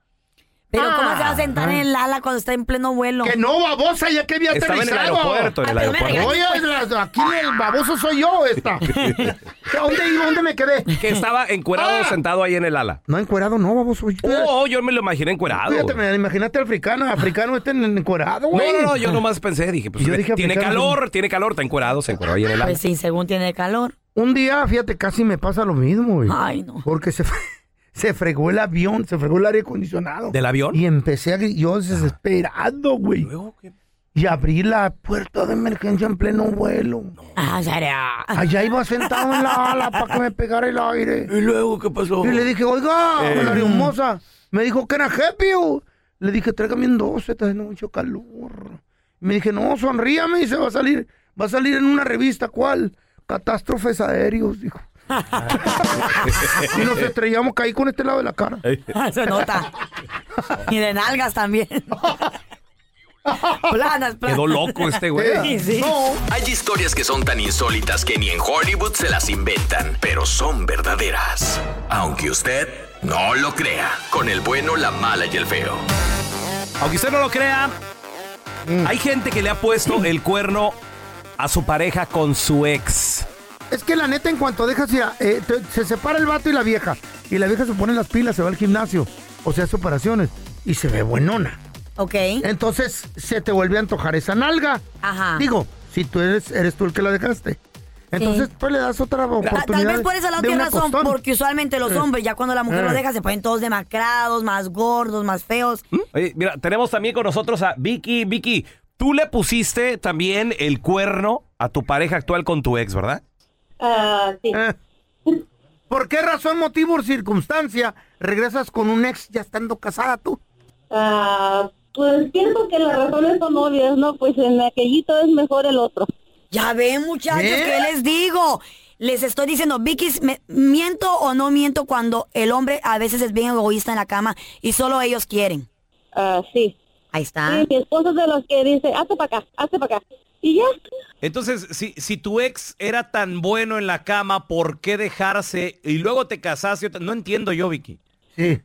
Speaker 4: Pero ¿cómo
Speaker 2: Ah.
Speaker 4: se va a sentar en el ala cuando está en pleno vuelo?
Speaker 3: Que no, babosa, ya que había
Speaker 2: Estaba en el
Speaker 3: aterrizado.
Speaker 2: aeropuerto, en el
Speaker 3: Ah, pero me
Speaker 2: aeropuerto.
Speaker 3: regañas, Oye, la- aquí el baboso soy yo, esta. ¿A ¿Dónde iba? ¿Dónde me quedé?
Speaker 2: Que estaba encuerado sentado ahí en el ala.
Speaker 3: Ah. No, encuerado no, baboso. Yo,
Speaker 2: Oh, yo me lo imaginé encuerado.
Speaker 3: Fíjate, me- imagínate africano, africano este en- encuerado,
Speaker 2: No,
Speaker 3: güey.
Speaker 2: no, no, yo nomás pensé, dije, pues
Speaker 3: Yo
Speaker 2: que
Speaker 3: dije,
Speaker 2: tiene
Speaker 3: aplicaron-
Speaker 2: calor, tiene calor, está encuerado, se encueró ahí en el ala.
Speaker 4: Pues sí, según tiene calor.
Speaker 3: Un día, fíjate, casi me pasa lo mismo, güey.
Speaker 4: Ay, no.
Speaker 3: Porque se fue, [LAUGHS] se fregó el avión, se fregó el aire acondicionado.
Speaker 2: ¿Del avión?
Speaker 3: Y empecé a gritar, yo desesperado, güey. Y abrí la puerta de emergencia en pleno vuelo.
Speaker 4: Ah,
Speaker 3: Allá iba sentado en la ala para que me pegara el aire.
Speaker 2: ¿Y luego qué pasó?
Speaker 3: Y le dije, oiga,
Speaker 12: Eh.
Speaker 3: la hermosa. Me dijo, ¿qué era happy? you?" Le dije, tráigame un 12, está haciendo mucho calor. Me dije, no, sonríame y se va a salir. Va a salir en una
Speaker 4: [LAUGHS]
Speaker 3: revista, ¿cuál? [LAUGHS] Catástrofes aéreos, dijo.
Speaker 2: [LAUGHS]
Speaker 3: y nos estrellamos, caí con este lado de la cara.
Speaker 4: Se nota.
Speaker 2: [LAUGHS]
Speaker 4: Y de nalgas
Speaker 3: [LAUGHS]
Speaker 4: también. planas, planas.
Speaker 1: Quedó
Speaker 4: [LAUGHS]
Speaker 1: loco este güey.
Speaker 4: Sí, sí.
Speaker 1: Hay historias que son tan insólitas que ni en Hollywood se las inventan, pero son verdaderas. Aunque usted no lo crea, con el bueno, la mala y el feo.
Speaker 2: Aunque usted no lo crea,
Speaker 3: Mm.
Speaker 2: hay gente que le ha puesto el cuerno a su pareja con su ex.
Speaker 3: Es que la neta, en cuanto dejas, mira, eh, te- se separa el vato y la vieja. Y la vieja se pone las pilas, se va al gimnasio. O sea, hace operaciones. Y se ve buenona.
Speaker 4: Ok.
Speaker 3: Entonces, se te vuelve a antojar esa nalga.
Speaker 4: Ajá.
Speaker 3: Digo, si tú eres, eres tú el que la dejaste. Entonces, pues le das otra oportunidad.
Speaker 4: Ah, Tal vez por esa lado
Speaker 3: de
Speaker 4: tiene
Speaker 3: una
Speaker 4: razón,
Speaker 3: costón.
Speaker 4: porque usualmente los
Speaker 3: Eh.
Speaker 4: hombres, ya cuando la mujer
Speaker 2: Eh.
Speaker 4: lo deja, se ponen todos demacrados, más gordos, más feos.
Speaker 2: Oye, mira, tenemos también con nosotros a Vicky. Vicky, tú le pusiste también el cuerno a tu pareja actual con tu ex, ¿verdad?
Speaker 4: Ah,
Speaker 3: Eh. ¿Por qué razón, motivo o circunstancia regresas con un ex ya estando casada tú?
Speaker 13: Ah, pues pienso que las razones son obvias, ¿no? Pues en aquellito es mejor el otro.
Speaker 4: Ya ven, muchachos,
Speaker 13: ¿Eh?
Speaker 4: ¿qué les digo? Les estoy diciendo, Vicky, ¿me- ¿miento o no miento cuando el hombre a veces es bien egoísta en la cama y solo ellos quieren?
Speaker 13: Ah, sí.
Speaker 4: Ahí está.
Speaker 13: Sí, mi esposo es de los que dice, hazte para acá, hazte para acá. Y ya,
Speaker 2: Entonces, si, si tu ex era tan bueno en la cama, ¿por qué dejarse y luego te casaste? No entiendo yo, Vicky.
Speaker 3: Sí.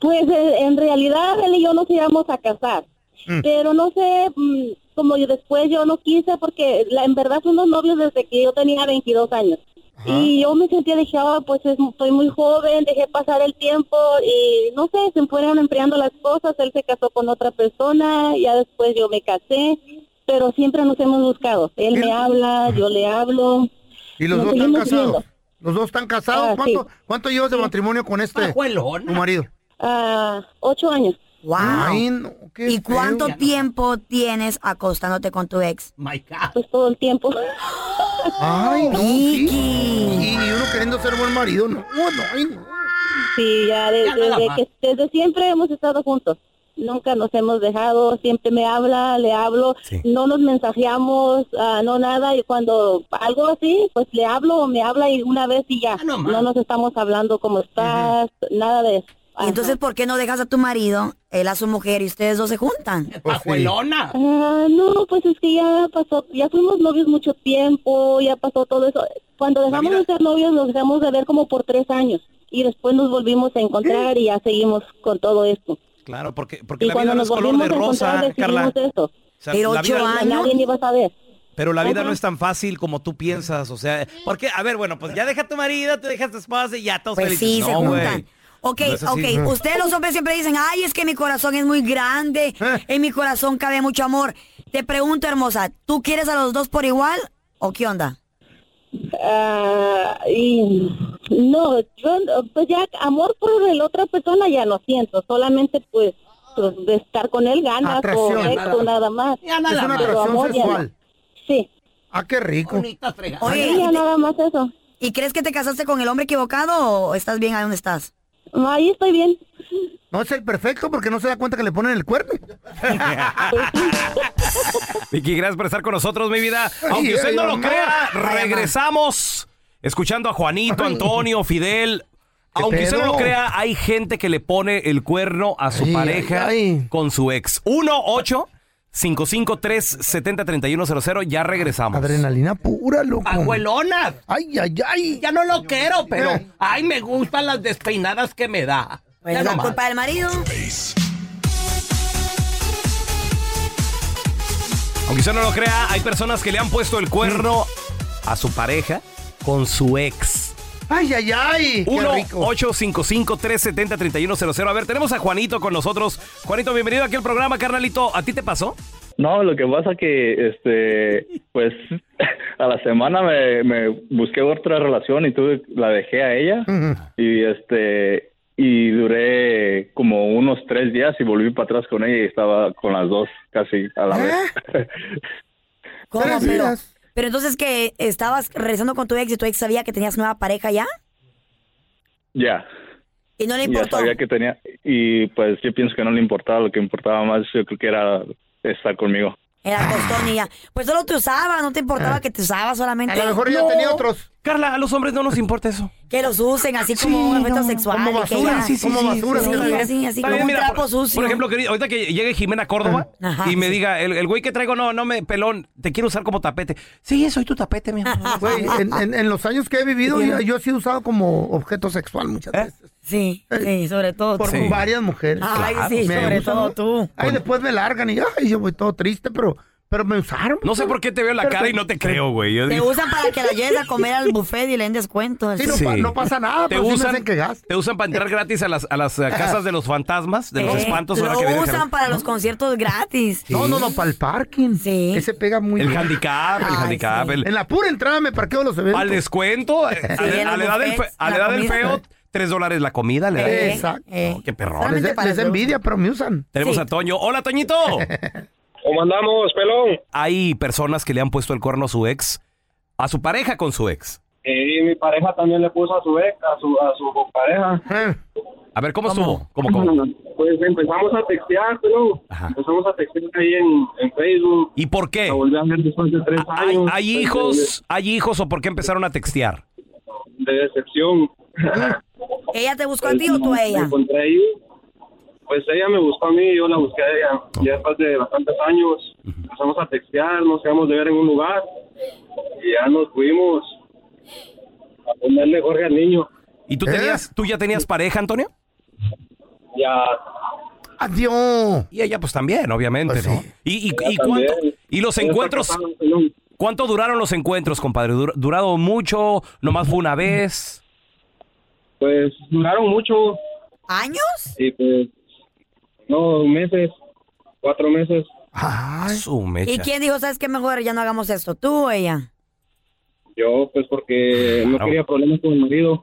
Speaker 13: pues eh, en realidad él y yo nos íbamos a casar.
Speaker 2: Mm.
Speaker 13: Pero no sé, mm, como yo después yo no quise porque la, en verdad fuimos novios desde que yo tenía 22 años. Y yo me sentía, dije, "Ah, pues es- estoy muy joven, dejé pasar el tiempo y no sé, se fueron enfriando las cosas, él se casó con otra persona, ya después yo me casé, pero siempre nos hemos buscado. Él me habla, yo le hablo.
Speaker 3: Y los
Speaker 13: Nos
Speaker 3: dos están
Speaker 13: seguimos
Speaker 3: casados.
Speaker 13: viendo.
Speaker 3: Los dos están casados.
Speaker 13: Ah,
Speaker 3: ¿Cuánto,
Speaker 13: sí.
Speaker 3: cuánto llevas de matrimonio con este? Tu marido.
Speaker 13: Ah, ocho años.
Speaker 4: ¡Wow!
Speaker 3: Ay,
Speaker 4: ¿Y cuánto
Speaker 3: feo.
Speaker 4: tiempo tienes acostándote con tu ex?
Speaker 2: My God.
Speaker 13: Pues todo el tiempo.
Speaker 3: Ay, no. sí.
Speaker 4: Y,
Speaker 3: y uno queriendo ser buen marido, no. no, ay, no.
Speaker 13: Sí, ya de-
Speaker 3: Ya nada
Speaker 13: desde,
Speaker 3: más.
Speaker 13: que, desde siempre hemos estado juntos. Nunca nos hemos dejado, siempre me habla, le hablo, no nos mensajeamos, ah, no nada, y cuando algo así, pues le hablo o me habla y una vez y
Speaker 3: Ah,
Speaker 13: ya, no, nos estamos hablando cómo estás, nada de eso.
Speaker 4: entonces, ¿por qué no dejas a tu marido, él a su mujer y ustedes dos se
Speaker 2: [LAUGHS]
Speaker 4: juntan?
Speaker 2: Pues, ¡Pajuelona!
Speaker 13: Ah, no, pues es que ya pasó, ya fuimos novios mucho tiempo, ya pasó todo eso. Cuando dejamos de ser novios nos dejamos de ver como por tres años y después nos volvimos a encontrar y ya seguimos con todo esto.
Speaker 2: Claro, porque, porque
Speaker 13: Y
Speaker 2: la vida
Speaker 13: cuando
Speaker 2: no
Speaker 13: nos
Speaker 2: es color de
Speaker 13: volvimos a encontrar
Speaker 2: rosa, Carla.
Speaker 13: decidimos eso.
Speaker 2: O sea, Pero la ocho vida- años.
Speaker 13: Nadie ni va a saber.
Speaker 2: Pero la vida
Speaker 13: Ajá.
Speaker 2: no es tan fácil como tú piensas, o sea, porque, a ver, bueno, pues ya deja a tu marido, te dejas tu esposa y ya todos
Speaker 4: Pues
Speaker 2: felices.
Speaker 4: sí, se
Speaker 2: No, güey.
Speaker 4: juntan. Ok,
Speaker 2: No es
Speaker 4: ok.
Speaker 2: así.
Speaker 4: Ustedes los hombres siempre dicen, ay, es que mi corazón es muy grande,
Speaker 2: Eh.
Speaker 4: en mi corazón cabe mucho amor. Te pregunto, hermosa, ¿tú quieres a los dos por igual o qué onda?
Speaker 13: Ah, y no, yo pues ya amor por la otra persona ya no siento, solamente pues, pues, de estar con él ganas o
Speaker 3: Atracción,
Speaker 13: sexo nada más.
Speaker 3: es una
Speaker 13: Pero
Speaker 3: atracción
Speaker 13: amor ya no.
Speaker 3: sexual.
Speaker 13: Sí.
Speaker 3: Ah, qué rico.
Speaker 4: Oye,
Speaker 13: Sí, ya nada más eso.
Speaker 4: ¿Y crees que te casaste con el hombre equivocado o estás bien ahí donde estás?
Speaker 13: Ahí estoy bien.
Speaker 3: No es el perfecto porque no se da cuenta que le ponen el
Speaker 13: [LAUGHS]
Speaker 3: cuerno.
Speaker 2: Vicky, gracias por estar con nosotros, mi vida.
Speaker 3: Ay,
Speaker 2: Aunque usted
Speaker 3: ay,
Speaker 2: no lo
Speaker 3: mamá.
Speaker 2: crea,
Speaker 3: Ay, mamá.
Speaker 2: regresamos escuchando a Juanito, Antonio, Fidel.
Speaker 3: ¿Qué
Speaker 2: Aunque usted no
Speaker 3: pedo?
Speaker 2: lo crea, hay gente que le pone el cuerno a su
Speaker 3: Ay,
Speaker 2: pareja con su ex. 1 8 553 703100 Ya regresamos.
Speaker 3: Adrenalina pura, loco.
Speaker 14: Abuelona.
Speaker 3: Ay, ay, ay.
Speaker 14: Ya no lo quiero, pero ay, me gustan las despeinadas que me da.
Speaker 4: Pues
Speaker 14: Ya
Speaker 4: es la
Speaker 14: nomás.
Speaker 4: culpa del marido.
Speaker 2: Aunque usted no lo crea, hay personas que le han puesto el cuerno a su pareja con su ex.
Speaker 3: Ay, ay, ay. qué rico.
Speaker 2: 1-855-370-3100. A ver, tenemos a Juanito con nosotros. Juanito, bienvenido aquí al programa, carnalito. ¿A ti te pasó?
Speaker 15: No, lo que pasa que, este, pues, [LAUGHS] a la semana me, me busqué otra relación y tuve, la dejé a ella y, este, y duré como unos tres días y volví para atrás con ella y estaba con las dos casi a
Speaker 4: ¿Ah?
Speaker 15: la vez. [LAUGHS]
Speaker 4: ¿Cómo? Pero, pero entonces que estabas regresando con tu ex y tu ex sabía que tenías nueva pareja ya
Speaker 15: Ya.
Speaker 4: y no le
Speaker 15: Ya
Speaker 4: importó.
Speaker 15: sabía que tenía y pues yo pienso que no le importaba, lo que importaba más yo creo que era estar conmigo.
Speaker 4: Era costón y ya. Pues solo te usaba, no te importaba que te usaba solamente.
Speaker 2: Ah. A lo mejor ya
Speaker 4: No.
Speaker 2: tenía otros. Carla, a los hombres no nos importa eso.
Speaker 4: Que los usen así como objeto sexual.
Speaker 2: Como
Speaker 4: que
Speaker 2: basura,
Speaker 4: ya-
Speaker 2: sí, sí, sí, sí,
Speaker 4: Sí,
Speaker 2: está
Speaker 4: así,
Speaker 2: bien.
Speaker 4: así,
Speaker 2: Está
Speaker 4: como
Speaker 2: bien,
Speaker 4: un
Speaker 2: mira,
Speaker 4: trapo
Speaker 2: por-
Speaker 4: sucio.
Speaker 2: Por ejemplo, querida, ahorita que llegue Jimena Córdoba
Speaker 4: Ajá,
Speaker 2: y me
Speaker 4: sí.
Speaker 2: diga, el el güey que traigo, no, no me, pelón, te quiero usar como tapete. Sí, soy tu tapete, mi amor.
Speaker 3: Güey, en, en- en los años que he vivido, yo, yo he sido usado como objeto sexual muchas veces.
Speaker 4: Sí, sí, sobre todo
Speaker 3: Por
Speaker 4: tú.
Speaker 3: varias mujeres.
Speaker 4: Ay, sí, sobre todo
Speaker 3: tú. Ay, después me largan y ay, yo voy todo triste, pero, pero me usaron.
Speaker 2: No sé por qué te veo la
Speaker 3: Pero-
Speaker 2: cara y no te creo, güey. Yo
Speaker 4: Te
Speaker 2: digo-
Speaker 4: usan para que la lleves a comer al buffet y le den descuento.
Speaker 2: Sí.
Speaker 4: pero
Speaker 3: pues,
Speaker 2: pues, Te usan para entrar gratis a las, a las eh, casas de los fantasmas, de los espantos. ahora
Speaker 4: Eh, Lo
Speaker 2: que viene el
Speaker 4: usan
Speaker 2: Halloween.
Speaker 4: para los conciertos gratis.
Speaker 3: No, no, no, para el parking. Sí. Ese pega muy
Speaker 2: El
Speaker 3: bien.
Speaker 2: handicap, el
Speaker 3: Ay,
Speaker 2: handicap. el-
Speaker 3: En la pura entrada me parqueo los eventos.
Speaker 2: al descuento, eh, a, la-
Speaker 3: en
Speaker 2: a la
Speaker 3: los
Speaker 2: edad del, fe-
Speaker 3: buffets,
Speaker 2: a la
Speaker 3: la
Speaker 2: edad del
Speaker 3: comida.
Speaker 2: feo, tres dólares la comida. Le
Speaker 3: Eh,
Speaker 2: dan.
Speaker 3: Exacto.
Speaker 2: Oh, qué
Speaker 3: Les,
Speaker 2: perrones.
Speaker 3: de- les da envidia, pero me usan.
Speaker 2: Tenemos a Toño. Hola, Toñito. [LAUGHS] ¿Cómo andamos, pelón? Hay personas que le han puesto el cuerno a su ex, a su pareja con su ex.
Speaker 8: Y mi pareja también le puso a su ex, a su, a su pareja.
Speaker 3: Ah.
Speaker 2: A ver, ¿cómo, estuvo? ¿Cómo, cómo?
Speaker 8: Pues empezamos a textear, pero empezamos a textear ahí en, en Facebook.
Speaker 2: ¿Y por qué? Ah,
Speaker 8: La volví a ver después de tres
Speaker 2: ¿Hay,
Speaker 8: años.
Speaker 2: hay hijos, hay hijos o por qué empezaron a textear?
Speaker 8: De decepción.
Speaker 4: ¿Ella te buscó a ti o tú a
Speaker 8: Me
Speaker 4: ella?
Speaker 8: encontré ahí. Pues ella me buscó a mí, yo la busqué a ella. Ya después de bastantes años empezamos a textear, nos quedamos de ver en un lugar y ya nos fuimos a ponerle Jorge al niño.
Speaker 2: ¿Y tú tenías, tú ya tenías pareja, Antonio?
Speaker 8: Ya.
Speaker 3: Adiós.
Speaker 2: Y ella pues también, obviamente, ¿no? ¿Y, y,
Speaker 8: Ya
Speaker 2: y cuánto-
Speaker 8: también.
Speaker 2: y los
Speaker 8: Ya está
Speaker 2: encuentros?
Speaker 8: casado, pelón.
Speaker 2: ¿Cuánto duraron los encuentros, compadre? ¿Dur- ¿Durado mucho? ¿Nomás fue una vez?
Speaker 8: Pues duraron mucho
Speaker 4: ¿Años?
Speaker 8: y pues no, meses, cuatro meses.
Speaker 2: Ah, Su
Speaker 4: ¿Y
Speaker 2: mecha.
Speaker 4: quién dijo, sabes qué mejor ya no hagamos esto? ¿Tú o ella?
Speaker 8: Yo pues porque no
Speaker 2: Claro.
Speaker 8: quería problemas con el marido.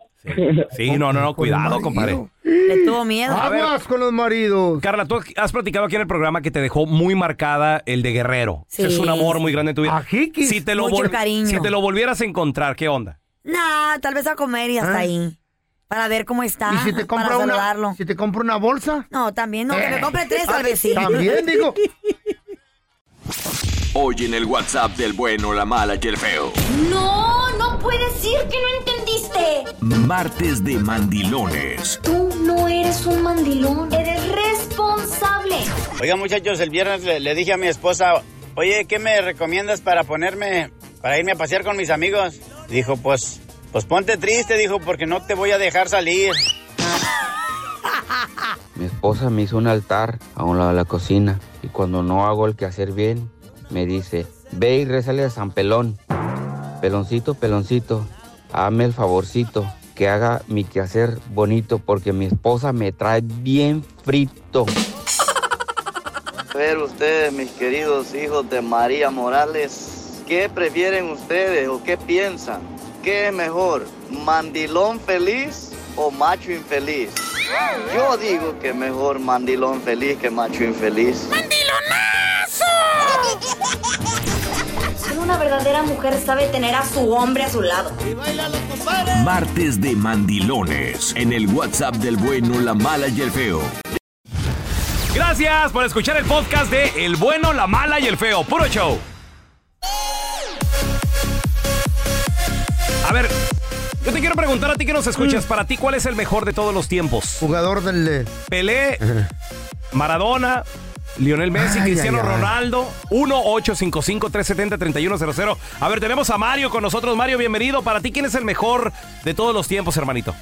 Speaker 2: Sí, no, no, no, cuidado, compadre.
Speaker 4: Le tuvo miedo.
Speaker 3: Aguas con los maridos.
Speaker 2: Carla, tú has platicado aquí en el programa que te dejó muy marcada el de Guerrero.
Speaker 4: Sí.
Speaker 2: Es un amor muy grande en tu vida. Si te lo,
Speaker 4: Mucho
Speaker 2: vol-
Speaker 4: cariño.
Speaker 2: si te lo volvieras a encontrar, ¿qué onda?
Speaker 4: Nah, tal vez a comer y hasta
Speaker 3: ¿Eh?
Speaker 4: ahí. Para ver cómo está.
Speaker 3: ¿Y si te compra
Speaker 4: para
Speaker 3: una,
Speaker 4: saludarlo.
Speaker 3: si te compra una bolsa?
Speaker 4: No, también no. Que me compre tres, tal vez sí.
Speaker 3: Eh,
Speaker 16: [LAUGHS]
Speaker 3: También digo.
Speaker 1: Hoy en el WhatsApp del bueno, la mala y el feo.
Speaker 6: No, no puedes decir que no entendiste.
Speaker 1: Martes de mandilones.
Speaker 6: Tú no eres un mandilón, eres responsable.
Speaker 12: Oiga, muchachos, el viernes le, le dije a mi esposa, oye, ¿qué me recomiendas para ponerme, para irme a pasear con mis amigos? Dijo, pues, pues ponte triste, dijo, porque no te voy a dejar salir.
Speaker 17: Mi esposa me hizo un altar a un lado de la cocina y cuando no hago el quehacer bien, me dice, ve y rezale a San Pelón. Peloncito, peloncito, hazme el favorcito que haga mi quehacer bonito porque mi esposa me trae bien frito.
Speaker 18: Pero ustedes, mis queridos hijos de María Morales, ¿qué prefieren ustedes o qué piensan? ¿Qué es mejor, mandilón feliz o macho infeliz? Yo digo que mejor mandilón feliz que macho infeliz.
Speaker 6: Solo una verdadera mujer sabe tener a su hombre a su lado.
Speaker 1: Martes de mandilones. En el WhatsApp del bueno, la mala y el feo.
Speaker 2: Gracias por escuchar el podcast de El Bueno, la Mala y el Feo. Puro show. A ver, yo te quiero preguntar a ti que nos escuchas. Para ti, ¿cuál es el mejor de todos los tiempos?
Speaker 3: Mm. Jugador del...
Speaker 2: Pelé, Maradona, Lionel Messi,
Speaker 3: Ay,
Speaker 2: Cristiano
Speaker 3: ay, ay.
Speaker 2: Ronaldo. 1-855-370-3100. A ver, tenemos a Mario con nosotros. Mario, bienvenido. Para ti, ¿quién es el mejor de todos los tiempos, hermanito?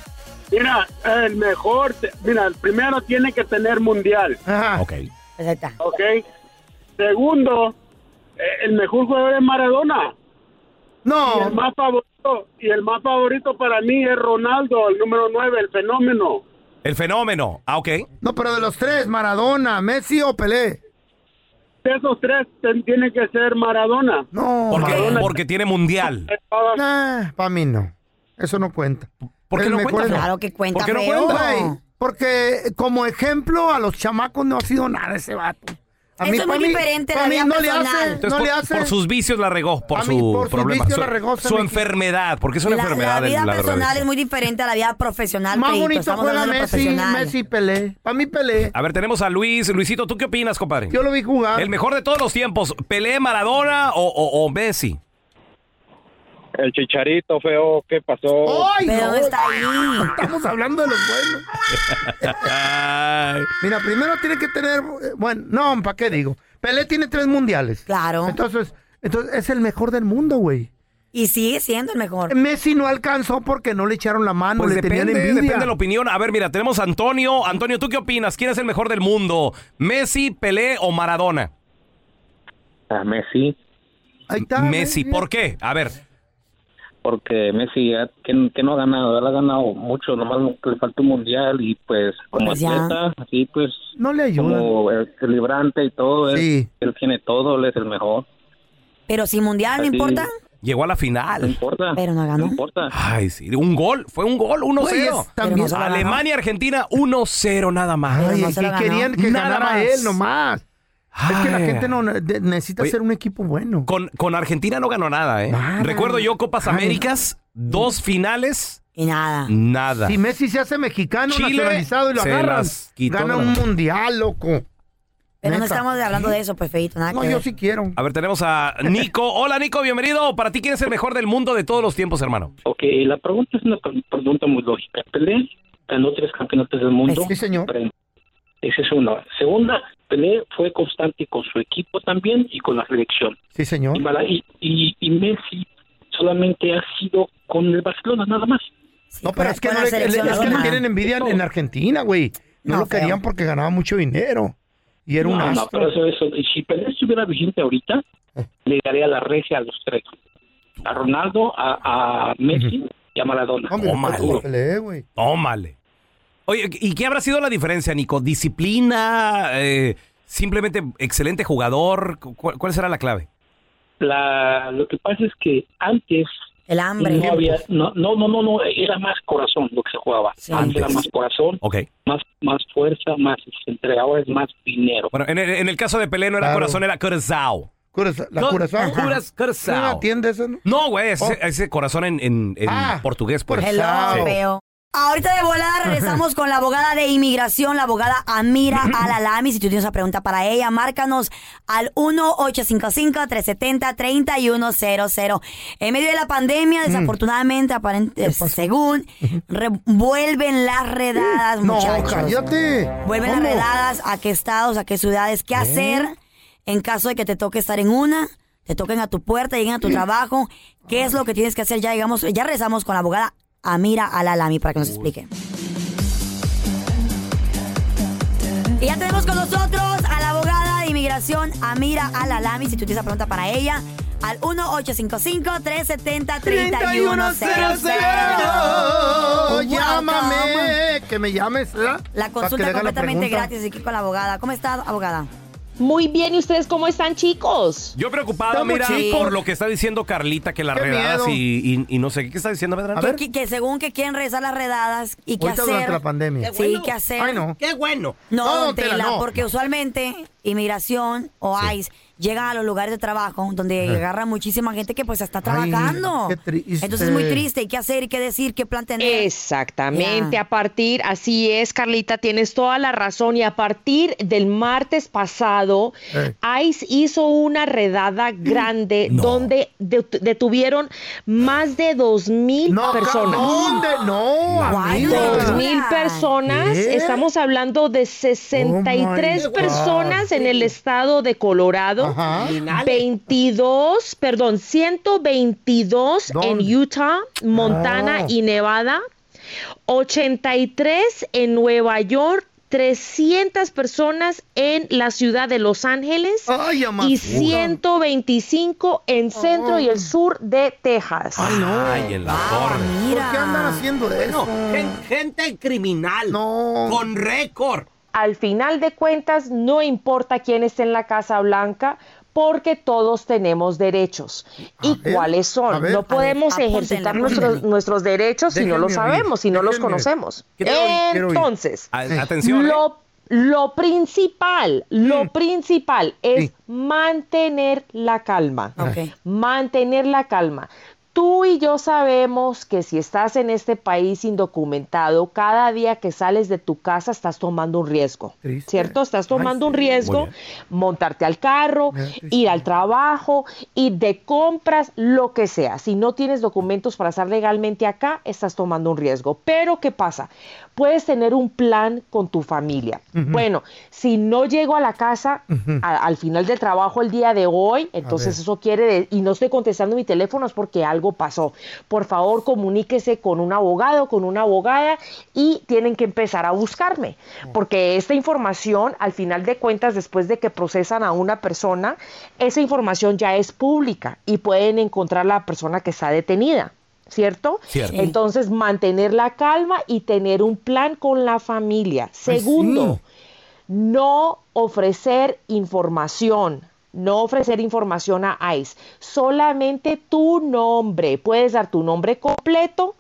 Speaker 16: Mira, el mejor, te- mira, el primero tiene que tener mundial.
Speaker 2: Ok.
Speaker 4: pues
Speaker 16: Ok. Segundo, eh, el mejor jugador es Maradona.
Speaker 3: No.
Speaker 16: Y el más favorito, y el más favorito para mí es Ronaldo, el número nueve, el fenómeno.
Speaker 2: El fenómeno. Ah, ok.
Speaker 3: No, pero de los tres, Maradona, Messi o Pelé.
Speaker 16: De esos tres ten- tiene que ser Maradona.
Speaker 3: No.
Speaker 2: Porque, porque tiene mundial.
Speaker 3: para mí no. Eso no cuenta.
Speaker 2: ¿Por qué
Speaker 3: El
Speaker 2: no
Speaker 3: mejor
Speaker 2: cuenta,
Speaker 3: es-
Speaker 2: Fran? Claro que cuenta, ¿Por qué no feo. cuenta?
Speaker 3: Güey, Porque como ejemplo a los chamacos no ha sido nada ese vato. A
Speaker 4: Eso es muy
Speaker 3: pa'
Speaker 4: diferente, la
Speaker 3: pa' mí
Speaker 4: vida
Speaker 3: no le
Speaker 4: personal.
Speaker 3: hace,
Speaker 4: Entonces,
Speaker 3: no
Speaker 2: por,
Speaker 3: le hace.
Speaker 2: por sus vicios la regó, por
Speaker 3: A
Speaker 2: su
Speaker 3: mí, por sus
Speaker 2: problema.
Speaker 3: vicios
Speaker 2: su
Speaker 3: la regó, se
Speaker 2: su
Speaker 3: me-
Speaker 2: enfermedad, porque es una
Speaker 4: La,
Speaker 2: enfermedad.
Speaker 4: la vida
Speaker 2: la regó.
Speaker 4: personal es muy diferente a la vida profesional.
Speaker 3: Más
Speaker 4: Pedrito.
Speaker 3: bonito
Speaker 4: Estamos
Speaker 3: juega
Speaker 4: hablando de lo
Speaker 3: Messi,
Speaker 4: profesional.
Speaker 3: Messi y Pelé. Para mí Pelé.
Speaker 2: A ver, tenemos a Luis. Luisito, ¿tú qué opinas, compadre?
Speaker 3: Yo lo vi jugar.
Speaker 2: El mejor de todos los tiempos, Pelé, Maradona o, o- o Messi.
Speaker 19: El chicharito feo, ¿qué pasó?
Speaker 3: ¡Ay,
Speaker 4: Pero
Speaker 3: no!
Speaker 4: ¿dónde está ahí?
Speaker 3: Estamos hablando de los buenos. Mira, primero tiene que tener... eh, Bueno, no, ¿para qué digo? Pelé tiene tres mundiales.
Speaker 4: Claro.
Speaker 3: Entonces, entonces es el mejor del mundo, güey.
Speaker 4: Y sigue siendo el mejor.
Speaker 3: Messi no alcanzó porque no le echaron la mano,
Speaker 2: Pues
Speaker 3: le
Speaker 2: depende,
Speaker 3: tenían envidia.
Speaker 2: depende de la opinión. A ver, mira, tenemos a Antonio. Antonio, ¿tú qué opinas? ¿Quién es el mejor del mundo? ¿Messi, Pelé o Maradona?
Speaker 19: A Messi,
Speaker 2: Messi, ¿por qué? A ver,
Speaker 19: porque Messi, ya, que, que no ha ganado, él ha ganado mucho, nomás le falta un mundial y pues como
Speaker 3: Pues ya.
Speaker 19: atleta, así pues
Speaker 3: No le ayuda.
Speaker 19: como equilibrante y todo, él, él tiene todo, él es el mejor.
Speaker 4: Pero sin mundial, Ah, ¿no
Speaker 19: Así.
Speaker 4: importa?
Speaker 2: llegó a la final. No
Speaker 19: importa.
Speaker 4: Pero no ganó.
Speaker 19: importa.
Speaker 2: Ay, sí, un gol, fue un gol, 1-0.
Speaker 3: Güey, es- Pues, también- Pero no se la ganó.
Speaker 2: Alemania, Argentina, 1-0 nada más.
Speaker 3: Ay, que querían que
Speaker 2: Nada
Speaker 3: ganara
Speaker 2: más.
Speaker 3: él nomás. Es que la
Speaker 2: Ay.
Speaker 3: gente no de- necesita
Speaker 2: Oye,
Speaker 3: ser un equipo bueno.
Speaker 2: Con, con Argentina no ganó nada, ¿eh? Recuerdo yo Copas
Speaker 3: Ay.
Speaker 2: Américas, dos finales,
Speaker 4: Y nada.
Speaker 2: nada.
Speaker 3: Si Messi se hace mexicano,
Speaker 2: Chile
Speaker 3: nacionalizado y lo
Speaker 2: se
Speaker 3: agarran,
Speaker 2: las quitó
Speaker 3: gana
Speaker 2: de la
Speaker 3: un
Speaker 2: mano.
Speaker 3: mundial, loco.
Speaker 4: Pero no
Speaker 3: Neta.
Speaker 4: estamos hablando de eso, pues, feito, nada
Speaker 3: No,
Speaker 4: que
Speaker 3: yo
Speaker 4: ver.
Speaker 3: sí quiero.
Speaker 2: A ver, tenemos a Nico. Hola, Nico, bienvenido. Para ti, ¿quién es el mejor del mundo de todos los tiempos, hermano?
Speaker 20: Ok, la pregunta es una pre- pregunta muy lógica. Pelé ganó tres campeonatos del mundo. Sí, señor. Esa es una. Segunda, Pelé fue constante con su equipo también y con la selección.
Speaker 3: Sí, señor.
Speaker 20: Y, Mara- y, y- y Messi solamente ha sido con el Barcelona, nada más.
Speaker 3: no, pero es que,
Speaker 20: con
Speaker 3: no
Speaker 20: la
Speaker 3: le, le-
Speaker 20: selección
Speaker 3: es que le
Speaker 20: nacional.
Speaker 3: tienen envidia en, en Argentina, güey. No,
Speaker 20: No,
Speaker 3: lo querían
Speaker 20: feo.
Speaker 3: porque ganaba mucho dinero. Y era un
Speaker 20: No, no,
Speaker 3: astro.
Speaker 20: pero eso, eso- y si Pelé estuviera vigente ahorita, le daría la regia a los tres. A Ronaldo, a, a Messi y a Maradona.
Speaker 2: Oh, Tómale. Tómale. Oye, ¿y qué habrá sido la diferencia, Nico? ¿Disciplina? eh, ¿Simplemente excelente jugador? ¿Cu- ¿Cuál, cuál será la clave?
Speaker 20: La, lo que pasa es que antes
Speaker 4: El hambre.
Speaker 20: no, había- no, no, no, no, no, era más corazón lo que se jugaba. Antes era
Speaker 2: Antes.
Speaker 20: más corazón, más, más fuerza, más entre ahora es más dinero.
Speaker 2: Bueno, en el, en el caso de Pelé no era corazón, era Curazao.
Speaker 3: la
Speaker 2: No,
Speaker 3: Curazao.
Speaker 2: Curaz- Curazao.
Speaker 3: ¿No la atiende esa, no? Oh.
Speaker 2: No, güey, ese, ese corazón en, en- en
Speaker 3: Ah,
Speaker 2: portugués. Pues.
Speaker 4: Hello,
Speaker 2: Sí.
Speaker 4: feo. Ahorita de
Speaker 3: [LAUGHS]
Speaker 4: volada regresamos con la abogada de inmigración, la abogada
Speaker 3: [LAUGHS]
Speaker 4: Amira Alalami. Si tú tienes una pregunta para ella, márcanos al 1-855-370-3100. En medio de la
Speaker 3: Mm.
Speaker 4: pandemia, desafortunadamente, aparente, según, revuelven las redadas,
Speaker 3: No,
Speaker 4: muchachos.
Speaker 3: cállate.
Speaker 4: Vuelven
Speaker 3: ¿Cómo?
Speaker 4: las redadas, a qué estados, a qué ciudades, qué hacer en caso de que te toque estar en una, te toquen a tu puerta, lleguen a tu trabajo, qué es lo que tienes que hacer. Ya llegamos, ya rezamos con la abogada Amira Alalami para que nos explique. Y ya tenemos con nosotros a la abogada de inmigración Amira Alalami. Si tú tienes una pregunta para ella, al 1-855-370-3100.
Speaker 3: Llámame, que me llames. ¿verdad?
Speaker 4: La
Speaker 3: Para que le
Speaker 4: consulta
Speaker 3: haga la
Speaker 4: completamente
Speaker 3: pregunta.
Speaker 4: gratis aquí con la abogada. ¿Cómo está, abogada?
Speaker 21: Muy bien, ¿y ustedes cómo están, chicos?
Speaker 2: Yo preocupado,
Speaker 4: Estamos
Speaker 2: mira,
Speaker 4: chicos.
Speaker 2: por lo que está diciendo Carlita, que las
Speaker 4: Qué
Speaker 2: redadas
Speaker 4: miedo.
Speaker 2: y, y- y no sé, ¿qué está diciendo, Medrano?
Speaker 4: Que- Que, que según que quieren rezar las redadas y qué
Speaker 2: Ahorita
Speaker 4: hacer.
Speaker 2: durante la pandemia. Qué
Speaker 4: Sí,
Speaker 2: bueno.
Speaker 4: qué hacer.
Speaker 2: Ay, no. Qué bueno.
Speaker 4: No,
Speaker 2: No,
Speaker 4: don
Speaker 2: Tela,
Speaker 4: Tela,
Speaker 2: no.
Speaker 4: porque usualmente inmigración o ICE llegan a los lugares de trabajo donde
Speaker 3: Ajá.
Speaker 4: agarran muchísima gente que pues está trabajando.
Speaker 21: qué triste.
Speaker 4: Entonces es muy triste. ¿Y qué hacer y qué decir? ¿Qué plan tener?
Speaker 21: Exactamente,
Speaker 4: Ya.
Speaker 21: a partir, así es, Carlita, tienes toda la razón. Y a partir del martes pasado,
Speaker 22: Eh.
Speaker 21: ICE hizo una redada
Speaker 3: Mm.
Speaker 21: grande donde de- detuvieron más de dos mil personas.
Speaker 3: ¿Dónde? No, amiga.
Speaker 21: Dos mil personas.
Speaker 3: ¿Qué? Oh,
Speaker 21: Estamos hablando de 63
Speaker 3: God.
Speaker 21: personas en el estado de Colorado, 22, perdón, 122 en Utah, Montana
Speaker 23: Ah.
Speaker 21: y Nevada, 83 en Nueva York. 300 personas en la ciudad de Los Ángeles y 125 en centro y el sur de Texas.
Speaker 2: Oh. Ay, en la
Speaker 14: Ah,
Speaker 2: torre.
Speaker 21: ¿Por qué andan
Speaker 3: haciendo
Speaker 21: eso?
Speaker 14: Gente criminal. Con récord.
Speaker 21: Al final de cuentas, no importa quién esté en la Casa Blanca, porque todos tenemos derechos. ¿Y cuáles son? no podemos ejercitar nuestros, nuestros derechos si no los
Speaker 14: Déjenme oír,
Speaker 21: sabemos, si no los
Speaker 14: déjenme oír.
Speaker 21: conocemos.
Speaker 14: Quiero oír, quiero oír.
Speaker 21: Entonces,
Speaker 14: A- atención, ¿eh? Mm.
Speaker 21: lo, lo principal, lo principal es mantener la calma. Mantener la calma. Tú y yo sabemos que si estás en este país indocumentado, cada día que sales de tu casa estás tomando un riesgo, ¿cierto? Estás tomando un riesgo, montarte al carro, ir al trabajo, ir de compras, lo que sea. Si no tienes documentos para estar legalmente acá, estás tomando un riesgo. Pero, ¿qué pasa? Puedes tener un plan con tu familia.
Speaker 5: Ujú.
Speaker 21: Bueno, si no llego a la casa
Speaker 5: Ujú.
Speaker 21: a- al final del trabajo el día de hoy, entonces
Speaker 5: ver.
Speaker 21: eso quiere, de- y no estoy contestando mi teléfono es porque algo pasó. Por favor, comuníquese con un abogado, con una abogada y tienen que empezar a buscarme, porque esta información, al final de cuentas, después de que procesan a una persona, esa información ya es pública y pueden encontrar la persona que está detenida. ¿Cierto?
Speaker 5: Cierto.
Speaker 21: Entonces, mantener la calma y tener un plan con la familia. Segundo, no ofrecer información. No ofrecer información a ICE. Solamente tu nombre. Puedes dar tu nombre completo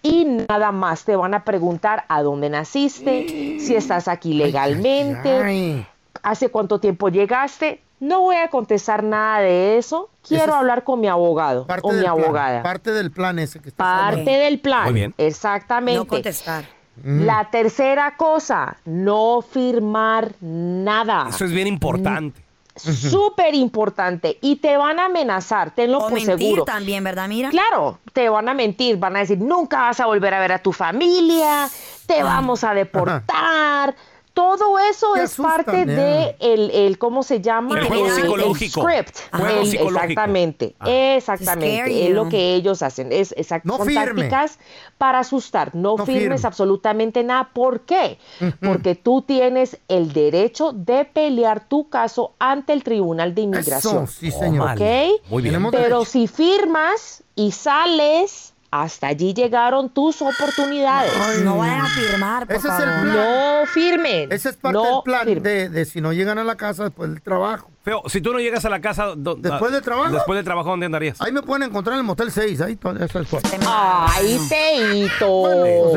Speaker 21: y nada más. Te van a preguntar a dónde naciste,
Speaker 3: Mm.
Speaker 21: si estás aquí legalmente, hace cuánto tiempo llegaste. No voy a contestar nada de eso. Quiero hablar con mi abogado o mi
Speaker 3: del plan,
Speaker 21: abogada.
Speaker 3: parte del plan ese que está
Speaker 21: Parte del plan.
Speaker 3: Muy bien.
Speaker 21: Exactamente.
Speaker 3: No contestar.
Speaker 2: Mm.
Speaker 21: La tercera cosa, no firmar nada.
Speaker 2: eh, Eso es bien importante.
Speaker 21: Súper importante. Y te van a amenazar, tenlo
Speaker 4: O
Speaker 21: por
Speaker 4: mentir
Speaker 21: seguro.
Speaker 4: también, ¿verdad? Mira.
Speaker 21: Claro, te van a mentir, van a decir, nunca vas a volver a ver a tu familia, te
Speaker 4: Ah.
Speaker 21: vamos a deportar. Todo eso es parte
Speaker 5: ya.
Speaker 21: de el, el- ¿cómo se llama?
Speaker 5: El juego
Speaker 21: El- el
Speaker 5: psicológico.
Speaker 21: script.
Speaker 5: Juego
Speaker 21: El-
Speaker 5: psicológico.
Speaker 21: Exactamente,
Speaker 5: Ah.
Speaker 21: exactamente.
Speaker 5: Scare
Speaker 21: Es lo
Speaker 5: you.
Speaker 21: que ellos hacen. Es, exact-
Speaker 5: No
Speaker 21: son
Speaker 5: firme.
Speaker 21: tácticas para asustar. No,
Speaker 5: No
Speaker 21: firmes
Speaker 5: firme.
Speaker 21: absolutamente nada. ¿Por qué? Porque tú tienes el derecho de pelear tu caso ante el Tribunal de Inmigración.
Speaker 3: sí, señor.
Speaker 21: ¿Ok?
Speaker 3: Muy bien. Tenemos
Speaker 21: Pero si firmas y sales, hasta allí llegaron tus oportunidades.
Speaker 4: No vayan a firmar, por
Speaker 21: Ese es el
Speaker 4: favor.
Speaker 21: plan. No firmen.
Speaker 3: Ese es parte del plan de, de si no llegan a la casa después del trabajo.
Speaker 2: Feo, si tú no llegas a la casa... do-
Speaker 3: ¿Después
Speaker 2: a-
Speaker 3: del trabajo?
Speaker 2: Después del trabajo, ¿dónde andarías?
Speaker 3: Ahí me pueden encontrar en el Motel 6, ahí to- eso es todo.
Speaker 21: Ay, Teito. Oh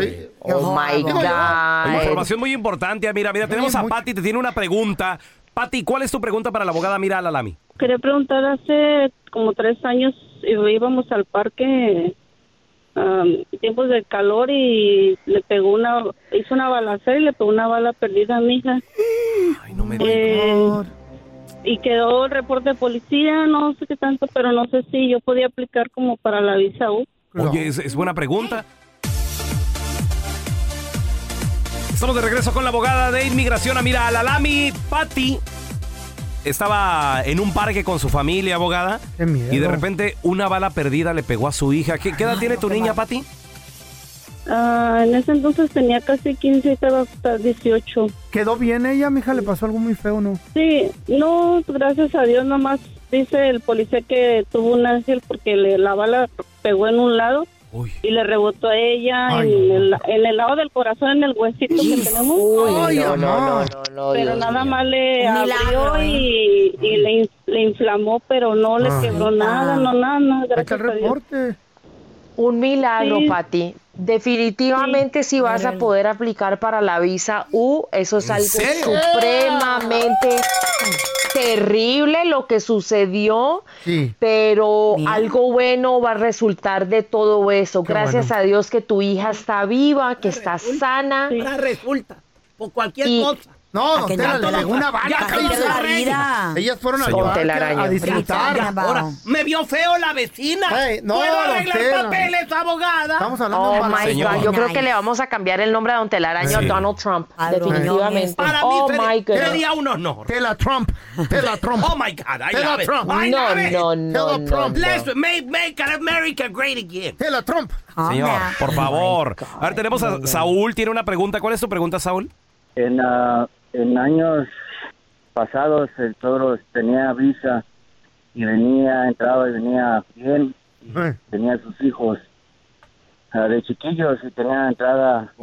Speaker 21: my
Speaker 2: Digo yo. Hay
Speaker 21: God.
Speaker 2: Información muy importante. Mira, mira, tenemos a Pati, te tiene una pregunta. Pati, ¿cuál es tu pregunta para la abogada Mira Alalami?
Speaker 22: Quería preguntar, hace como tres años íbamos al parque, am, tiempos de calor y le pegó una, hizo una balacera y le pegó una bala perdida a mi hija. Eh, y quedó el reporte de policía, no sé qué tanto, pero no sé si yo podía aplicar como para la visa U.
Speaker 2: Oye, es, es buena pregunta. Estamos de regreso con la abogada de inmigración Amira Alalami. Pati estaba en un parque con su familia, abogada. Y de repente una bala perdida le pegó a su hija. ¿Qué, qué edad tiene tu niña, Pati?
Speaker 22: Ah, en ese entonces tenía casi 15 y estaba hasta 18.
Speaker 3: ¿Quedó bien ella, mija? ¿Le pasó algo muy feo no?
Speaker 22: Sí, no, gracias a Dios nomás dice el policía que tuvo un ángel porque le, la bala pegó en un lado y le rebotó a ella
Speaker 21: Ay,
Speaker 22: en, el, en el lado del corazón, en el huesito que tenemos.
Speaker 21: Uy, no, no, no, no, no,
Speaker 22: pero
Speaker 21: Dios
Speaker 22: nada
Speaker 21: mío.
Speaker 22: más le
Speaker 21: Un milagro,
Speaker 22: abrió
Speaker 21: ¿eh?
Speaker 22: y, y le, in- le inflamó, pero no le quebró nada, no nada, nada. Gracias a Dios.
Speaker 21: Un milagro,
Speaker 22: Sí.
Speaker 21: Pati. Definitivamente si vas a poder aplicar para la visa U, eso es algo
Speaker 5: serio?
Speaker 21: supremamente terrible lo que sucedió, pero algo bueno va a resultar de todo eso. Gracias
Speaker 14: bueno.
Speaker 21: a Dios que tu hija está viva, que está sana.
Speaker 14: Ahora resulta, por cualquier
Speaker 21: Y-
Speaker 14: cosa. A
Speaker 21: No,
Speaker 14: que
Speaker 21: Tela,
Speaker 14: tanto
Speaker 21: le
Speaker 14: lo-
Speaker 21: llegó una
Speaker 14: ya
Speaker 21: bala,
Speaker 14: que
Speaker 21: hizo
Speaker 14: lo
Speaker 21: la
Speaker 14: arreglen.
Speaker 21: vida.
Speaker 3: Ellas fueron al
Speaker 21: Con
Speaker 3: parque
Speaker 21: telaraña.
Speaker 3: a disfrutar.
Speaker 14: Ya, ahora, me vio feo la vecina.
Speaker 3: Ey, no,
Speaker 14: ¿Puedo
Speaker 3: don
Speaker 14: arreglar
Speaker 3: Tela.
Speaker 14: papeles, abogada?
Speaker 3: Estamos hablando de
Speaker 21: Oh
Speaker 3: un
Speaker 21: my
Speaker 3: balance.
Speaker 21: God, yo creo que le vamos a cambiar el nombre a Don Telaraño a
Speaker 3: Sí.
Speaker 21: Donald Trump,
Speaker 3: A Don
Speaker 21: definitivamente.
Speaker 3: Trump. Para mí
Speaker 21: oh
Speaker 3: sería-
Speaker 21: my God.
Speaker 3: sería
Speaker 2: unos no.
Speaker 3: Tela Trump, Tela Trump.
Speaker 14: Oh my God, I
Speaker 3: Tela
Speaker 14: love it.
Speaker 3: Trump.
Speaker 14: I love it.
Speaker 21: No, no, no,
Speaker 14: Trump.
Speaker 21: no.
Speaker 14: Let's make, make America great again.
Speaker 3: Tela Trump.
Speaker 21: Ah,
Speaker 2: Señor, por favor. A ver, tenemos a Saúl, tiene una pregunta. ¿Cuál es tu pregunta, Saúl?
Speaker 23: En, ah, en años pasados el toro tenía visa y venía, entraba y venía bien,
Speaker 3: Eh,
Speaker 23: tenía sus hijos ah, de chiquillos y tenía entrada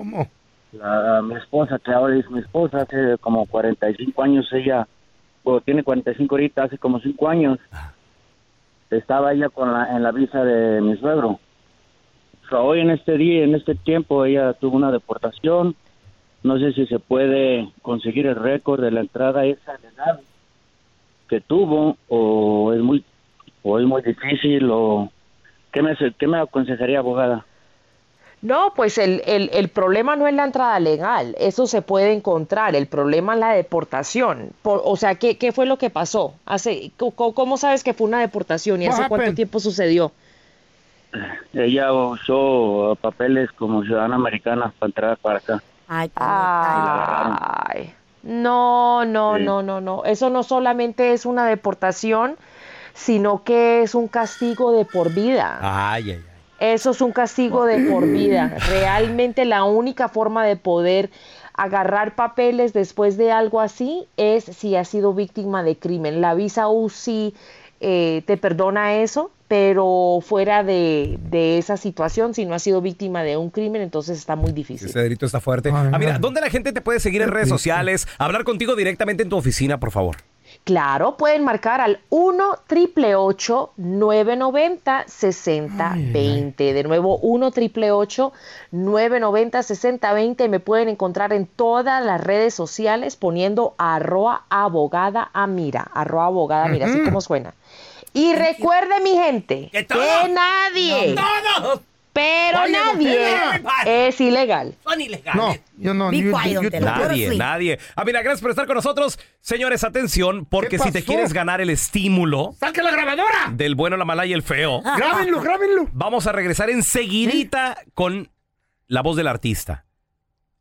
Speaker 23: la- mi esposa, que ahora es mi esposa, hace como 45 años ella o tiene 45 ahorita, hace como 5 años, estaba ella con la, en la visa de mi suegro. So, hoy en este día, en este tiempo, ella tuvo una deportación. No sé si se puede conseguir el récord de la entrada esa de edad que tuvo o es muy o es muy difícil o qué me qué me aconsejaría abogada
Speaker 21: No, pues el, el- el problema no es la entrada legal, eso se puede encontrar, el problema es la deportación. Por- o sea, ¿qué, qué fue lo que pasó? Hace, co- co- ¿Cómo sabes que fue una deportación y
Speaker 23: What
Speaker 21: hace cuánto
Speaker 23: happened?
Speaker 21: tiempo sucedió?
Speaker 23: ella usó eh, papeles como ciudadana americana para entrar para acá
Speaker 21: Ay, No, no,
Speaker 23: Sí.
Speaker 21: no, no, no. Eso no solamente es una deportación, sino que es un castigo de por vida.
Speaker 5: Ay, ay,
Speaker 21: Eso es un castigo de por vida. Realmente la única forma de poder agarrar papeles después de algo así es si has sido víctima de crimen. La visa UCI eh, te perdona eso, pero fuera de, de esa situación, si no has sido víctima de un crimen, entonces está muy difícil.
Speaker 2: Ese dedito está fuerte. Ah, mira, ¿dónde la gente te puede seguir en redes sociales? Hablar contigo directamente en tu oficina, por favor.
Speaker 21: Claro, pueden marcar al 1 triple 990 6020. De nuevo, 1 triple 990 6020. Me pueden encontrar en todas las redes sociales poniendo arroa abogada a mira. Arroa abogada mira, así
Speaker 7: Ujú.
Speaker 21: como suena. Y recuerde, mi gente, que, nadie, pero
Speaker 7: Oye, don
Speaker 21: nadie es ilegal.
Speaker 3: No, yo no. yo- yo- yo-
Speaker 2: nadie, nadie. Ah, mira, gracias por estar con nosotros. Señores, atención, porque si te
Speaker 3: pasó?
Speaker 2: quieres ganar el estímulo
Speaker 3: ¡Saca la grabadora!
Speaker 2: del bueno, la mala y el feo,
Speaker 3: Grábenlo, grábenlo.
Speaker 2: Vamos a regresar enseguidita con la voz del artista.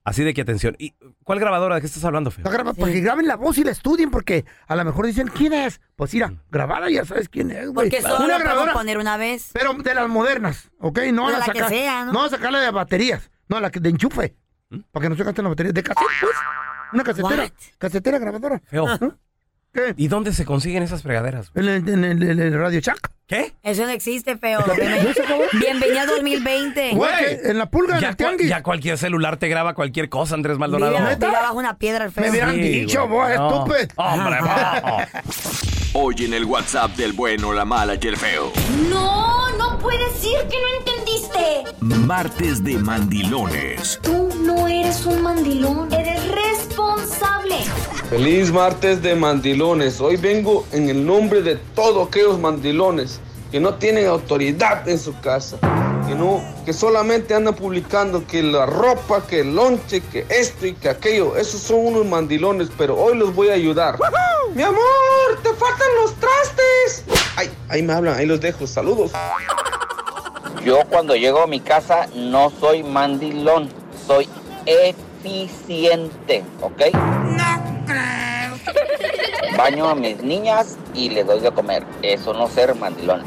Speaker 2: Así de que atención. ¿Y cuál grabadora? ¿De qué estás hablando, feo?
Speaker 3: La graba- Para que graben la voz y la estudien, porque a lo mejor dicen, ¿quién es? Pues mira, grabada ya sabes quién es, güey.
Speaker 4: Porque solo la
Speaker 3: Una
Speaker 4: podemos
Speaker 3: grabadora,
Speaker 4: poner una vez.
Speaker 3: pero de las modernas, ¿ok? No
Speaker 4: De
Speaker 3: van a
Speaker 4: la que
Speaker 3: sacar,
Speaker 4: sea, ¿no?
Speaker 3: no van a sacar la de baterías, no, la que de enchufe, para que no se gasten las baterías. De cassette, pues. Una casetera, casetera grabadora.
Speaker 2: Feo.
Speaker 3: ¿Eh? ¿Qué?
Speaker 2: ¿Y dónde se consiguen esas fregaderas?
Speaker 3: En el, en el- en el Radio Shack.
Speaker 2: ¿Qué?
Speaker 4: Eso no existe, feo. Bienvenido a 2020.
Speaker 3: en la pulga,
Speaker 2: ya, cua- ya cualquier celular te graba cualquier cosa, Andrés Maldonado.
Speaker 4: Mira, mira bajo una piedra el feo.
Speaker 2: Sí, güey, no. Hombre, va.
Speaker 1: Hoy en el WhatsApp del bueno, la mala y el feo.
Speaker 6: No, no puedes decir que no entendiste.
Speaker 1: Martes de mandilones.
Speaker 6: Tú no eres un mandilón, eres responsable.
Speaker 11: Feliz martes de mandilones. Hoy vengo en el nombre de todos aquellos mandilones que no tienen autoridad en su casa, que no, que solamente andan publicando que la ropa, que el lonche, que esto y que aquello. Esos son unos mandilones, pero hoy los voy a ayudar. Mi amor, te faltan los trastes. Ay, ahí me hablan, ahí los dejo. Saludos.
Speaker 17: Yo cuando llego a mi casa no soy mandilón, soy eficiente, ¿ok?
Speaker 24: "Ah,
Speaker 17: Baño a mis niñas y les doy de comer. Eso no es ser mandilón.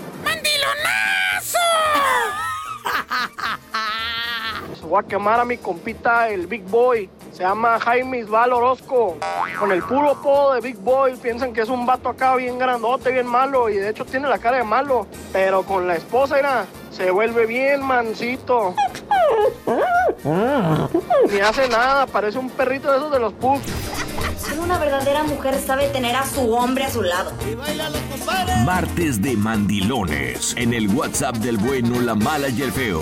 Speaker 16: Voy a quemar a mi compita, el Big Boy. Se llama Jaime Isbal Orozco. Con el puro apodo de Big Boy, piensan que es un vato acá bien grandote, bien malo. Y de hecho tiene la cara de malo. Pero con la esposa, era, se vuelve bien mansito. Ni hace nada, parece un perrito de esos de los puffs.
Speaker 6: Solo una verdadera mujer sabe tener a su hombre a su lado.
Speaker 1: Martes de mandilones. En el WhatsApp del bueno, la mala y el feo.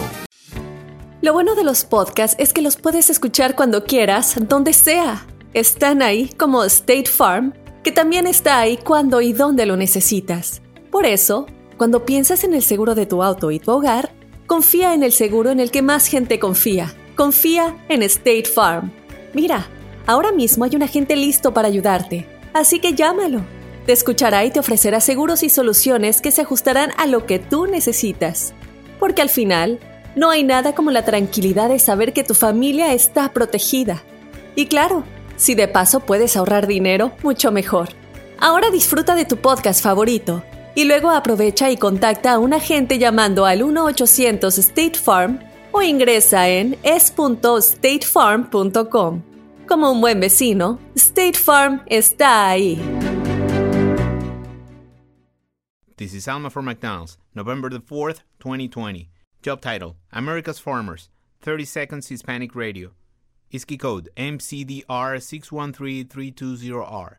Speaker 9: Lo bueno de los podcasts es que los puedes escuchar cuando quieras, donde sea. Están ahí como State Farm, que también está ahí cuando y donde lo necesitas. Por eso, cuando piensas en el seguro de tu auto y tu hogar, confía en el seguro en el que más gente confía. Confía en State Farm. Mira, ahora mismo hay un agente listo para ayudarte, así que llámalo. Te escuchará y te ofrecerá seguros y soluciones que se ajustarán a lo que tú necesitas. Porque al final, no hay nada como la tranquilidad de saber que tu familia está protegida. Y claro, si de paso puedes ahorrar dinero, mucho mejor. Ahora disfruta de tu podcast favorito y luego aprovecha y contacta a un agente llamando al 1-800 State Farm o ingresa en es.statefarm.com. Como un buen vecino, State Farm está ahí.
Speaker 25: This is Alma from McDonald's, November the 4th, 2020. Job title America's Farmers, 30 Seconds Hispanic Radio. ISKI code MCDR613320R.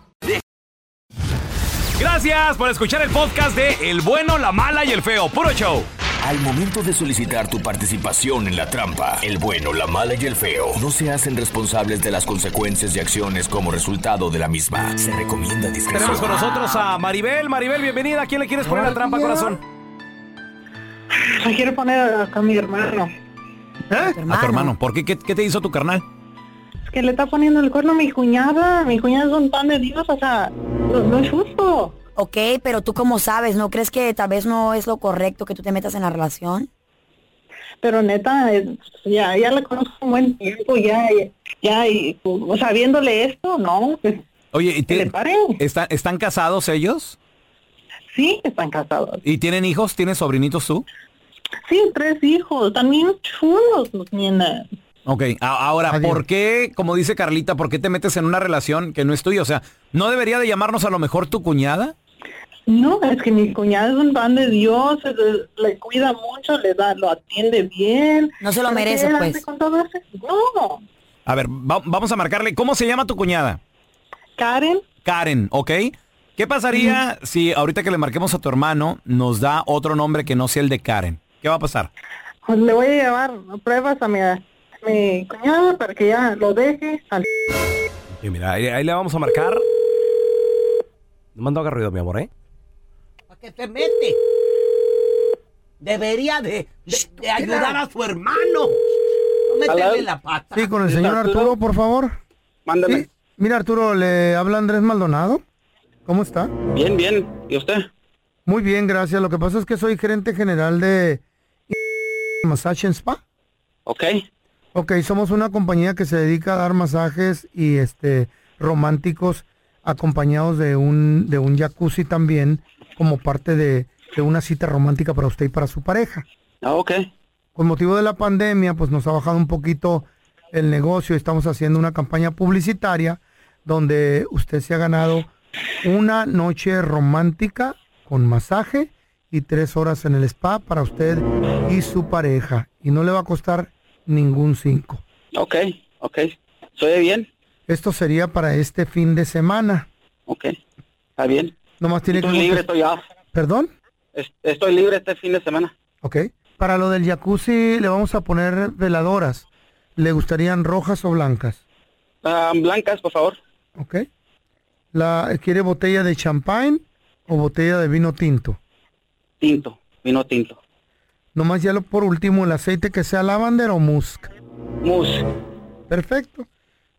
Speaker 26: Gracias por escuchar el podcast de El bueno, la mala y el feo. Puro show.
Speaker 1: Al momento de solicitar tu participación en la trampa, el bueno, la mala y el feo no se hacen responsables de las consecuencias y acciones como resultado de la misma. Se recomienda discreción.
Speaker 26: Tenemos con nosotros a Maribel. Maribel, bienvenida. ¿A quién le quieres poner la trampa, corazón?
Speaker 24: Me pues, quiero poner acá a mi hermano.
Speaker 26: A tu hermano. ¿Por qué? ¿Qué, qué te hizo tu carnal?
Speaker 24: Es que le está poniendo el cuerno a mi cuñada. Mi cuñada es un pan de Dios, o sea, no, no es justo.
Speaker 4: Ok, pero tú como sabes, ¿no crees que tal vez no es lo correcto que tú te metas en la relación?
Speaker 24: Pero neta, eh, ya, ya la conozco un buen tiempo, Pues, ya, ya, y, o sea, viéndole esto, no, pues,
Speaker 2: Oye, ¿y
Speaker 24: le
Speaker 2: ti-
Speaker 24: paren.
Speaker 2: ¿está- ¿están casados ellos?
Speaker 24: Sí, están casados.
Speaker 2: ¿Y tienen hijos? ¿Tienen sobrinitos tú?
Speaker 24: Sí, tres hijos, también chulos los nenas.
Speaker 2: Ok, a- ahora, ¿por qué, como dice Carlita, por qué te metes en una relación que no es tuya? O sea, ¿no debería de llamarnos a lo mejor tu cuñada?
Speaker 24: No, es que mi cuñada es un pan de Dios, le, le cuida mucho, le da, lo atiende bien.
Speaker 4: No se lo
Speaker 24: ¿Por qué
Speaker 4: merece,
Speaker 24: hace
Speaker 4: pues.
Speaker 24: con todo ese- No,
Speaker 2: A ver, va- vamos a marcarle. ¿Cómo se llama tu cuñada?
Speaker 24: Karen.
Speaker 2: Karen, ¿ok? ¿Qué pasaría si ahorita que le marquemos a tu hermano nos da otro nombre que no sea el de Karen? ¿Qué va a pasar?
Speaker 24: pues le voy a llevar pruebas a mi, a mi cuñada para que ya lo deje salir.
Speaker 26: Y mira, ahí, ahí le vamos a marcar. No mando haga ruido, mi amor, ¿eh?
Speaker 14: que te mete. Debería de, de- de ayudar a su hermano. No meterle la pata.
Speaker 3: Sí, con el señor Arturo, por favor.
Speaker 14: Mándame.
Speaker 3: Sí. Mira, Arturo, le habla Andrés Maldonado. ¿Cómo está?
Speaker 19: Bien, bien. ¿Y usted?
Speaker 3: Muy bien, gracias. Lo que pasa es que soy gerente general de Massage and Spa.
Speaker 19: Ok.
Speaker 3: Ok, somos una compañía que se dedica a dar masajes y este románticos acompañados de un de un jacuzzi también como parte de, de una cita romántica para usted y para su pareja.
Speaker 19: Ah, ok.
Speaker 3: Con motivo de la pandemia, pues nos ha bajado un poquito el negocio. Estamos haciendo una campaña publicitaria donde usted se ha ganado una noche romántica con masaje y tres horas en el spa para usted y su pareja. Y no le va a costar ningún cinco.
Speaker 19: Ok, ok. ¿Soy bien?
Speaker 3: Esto sería para este fin de semana.
Speaker 19: Ok. Está Ah, bien.
Speaker 3: Nomás tiene que...
Speaker 19: Estoy libre,
Speaker 3: contest-
Speaker 19: estoy off.
Speaker 3: ¿Perdón?
Speaker 19: Es- Estoy libre este fin de semana.
Speaker 3: Ok. Para lo del jacuzzi le vamos a poner veladoras. ¿Le gustarían rojas o blancas?
Speaker 19: Ah, blancas, por favor.
Speaker 3: ¿Ok? La, ¿Quiere botella de champán o botella de vino tinto?
Speaker 19: Tinto, vino tinto.
Speaker 3: Nomás ya lo, por último, el aceite que sea lavander o musk.
Speaker 19: Mousse.
Speaker 3: Perfecto.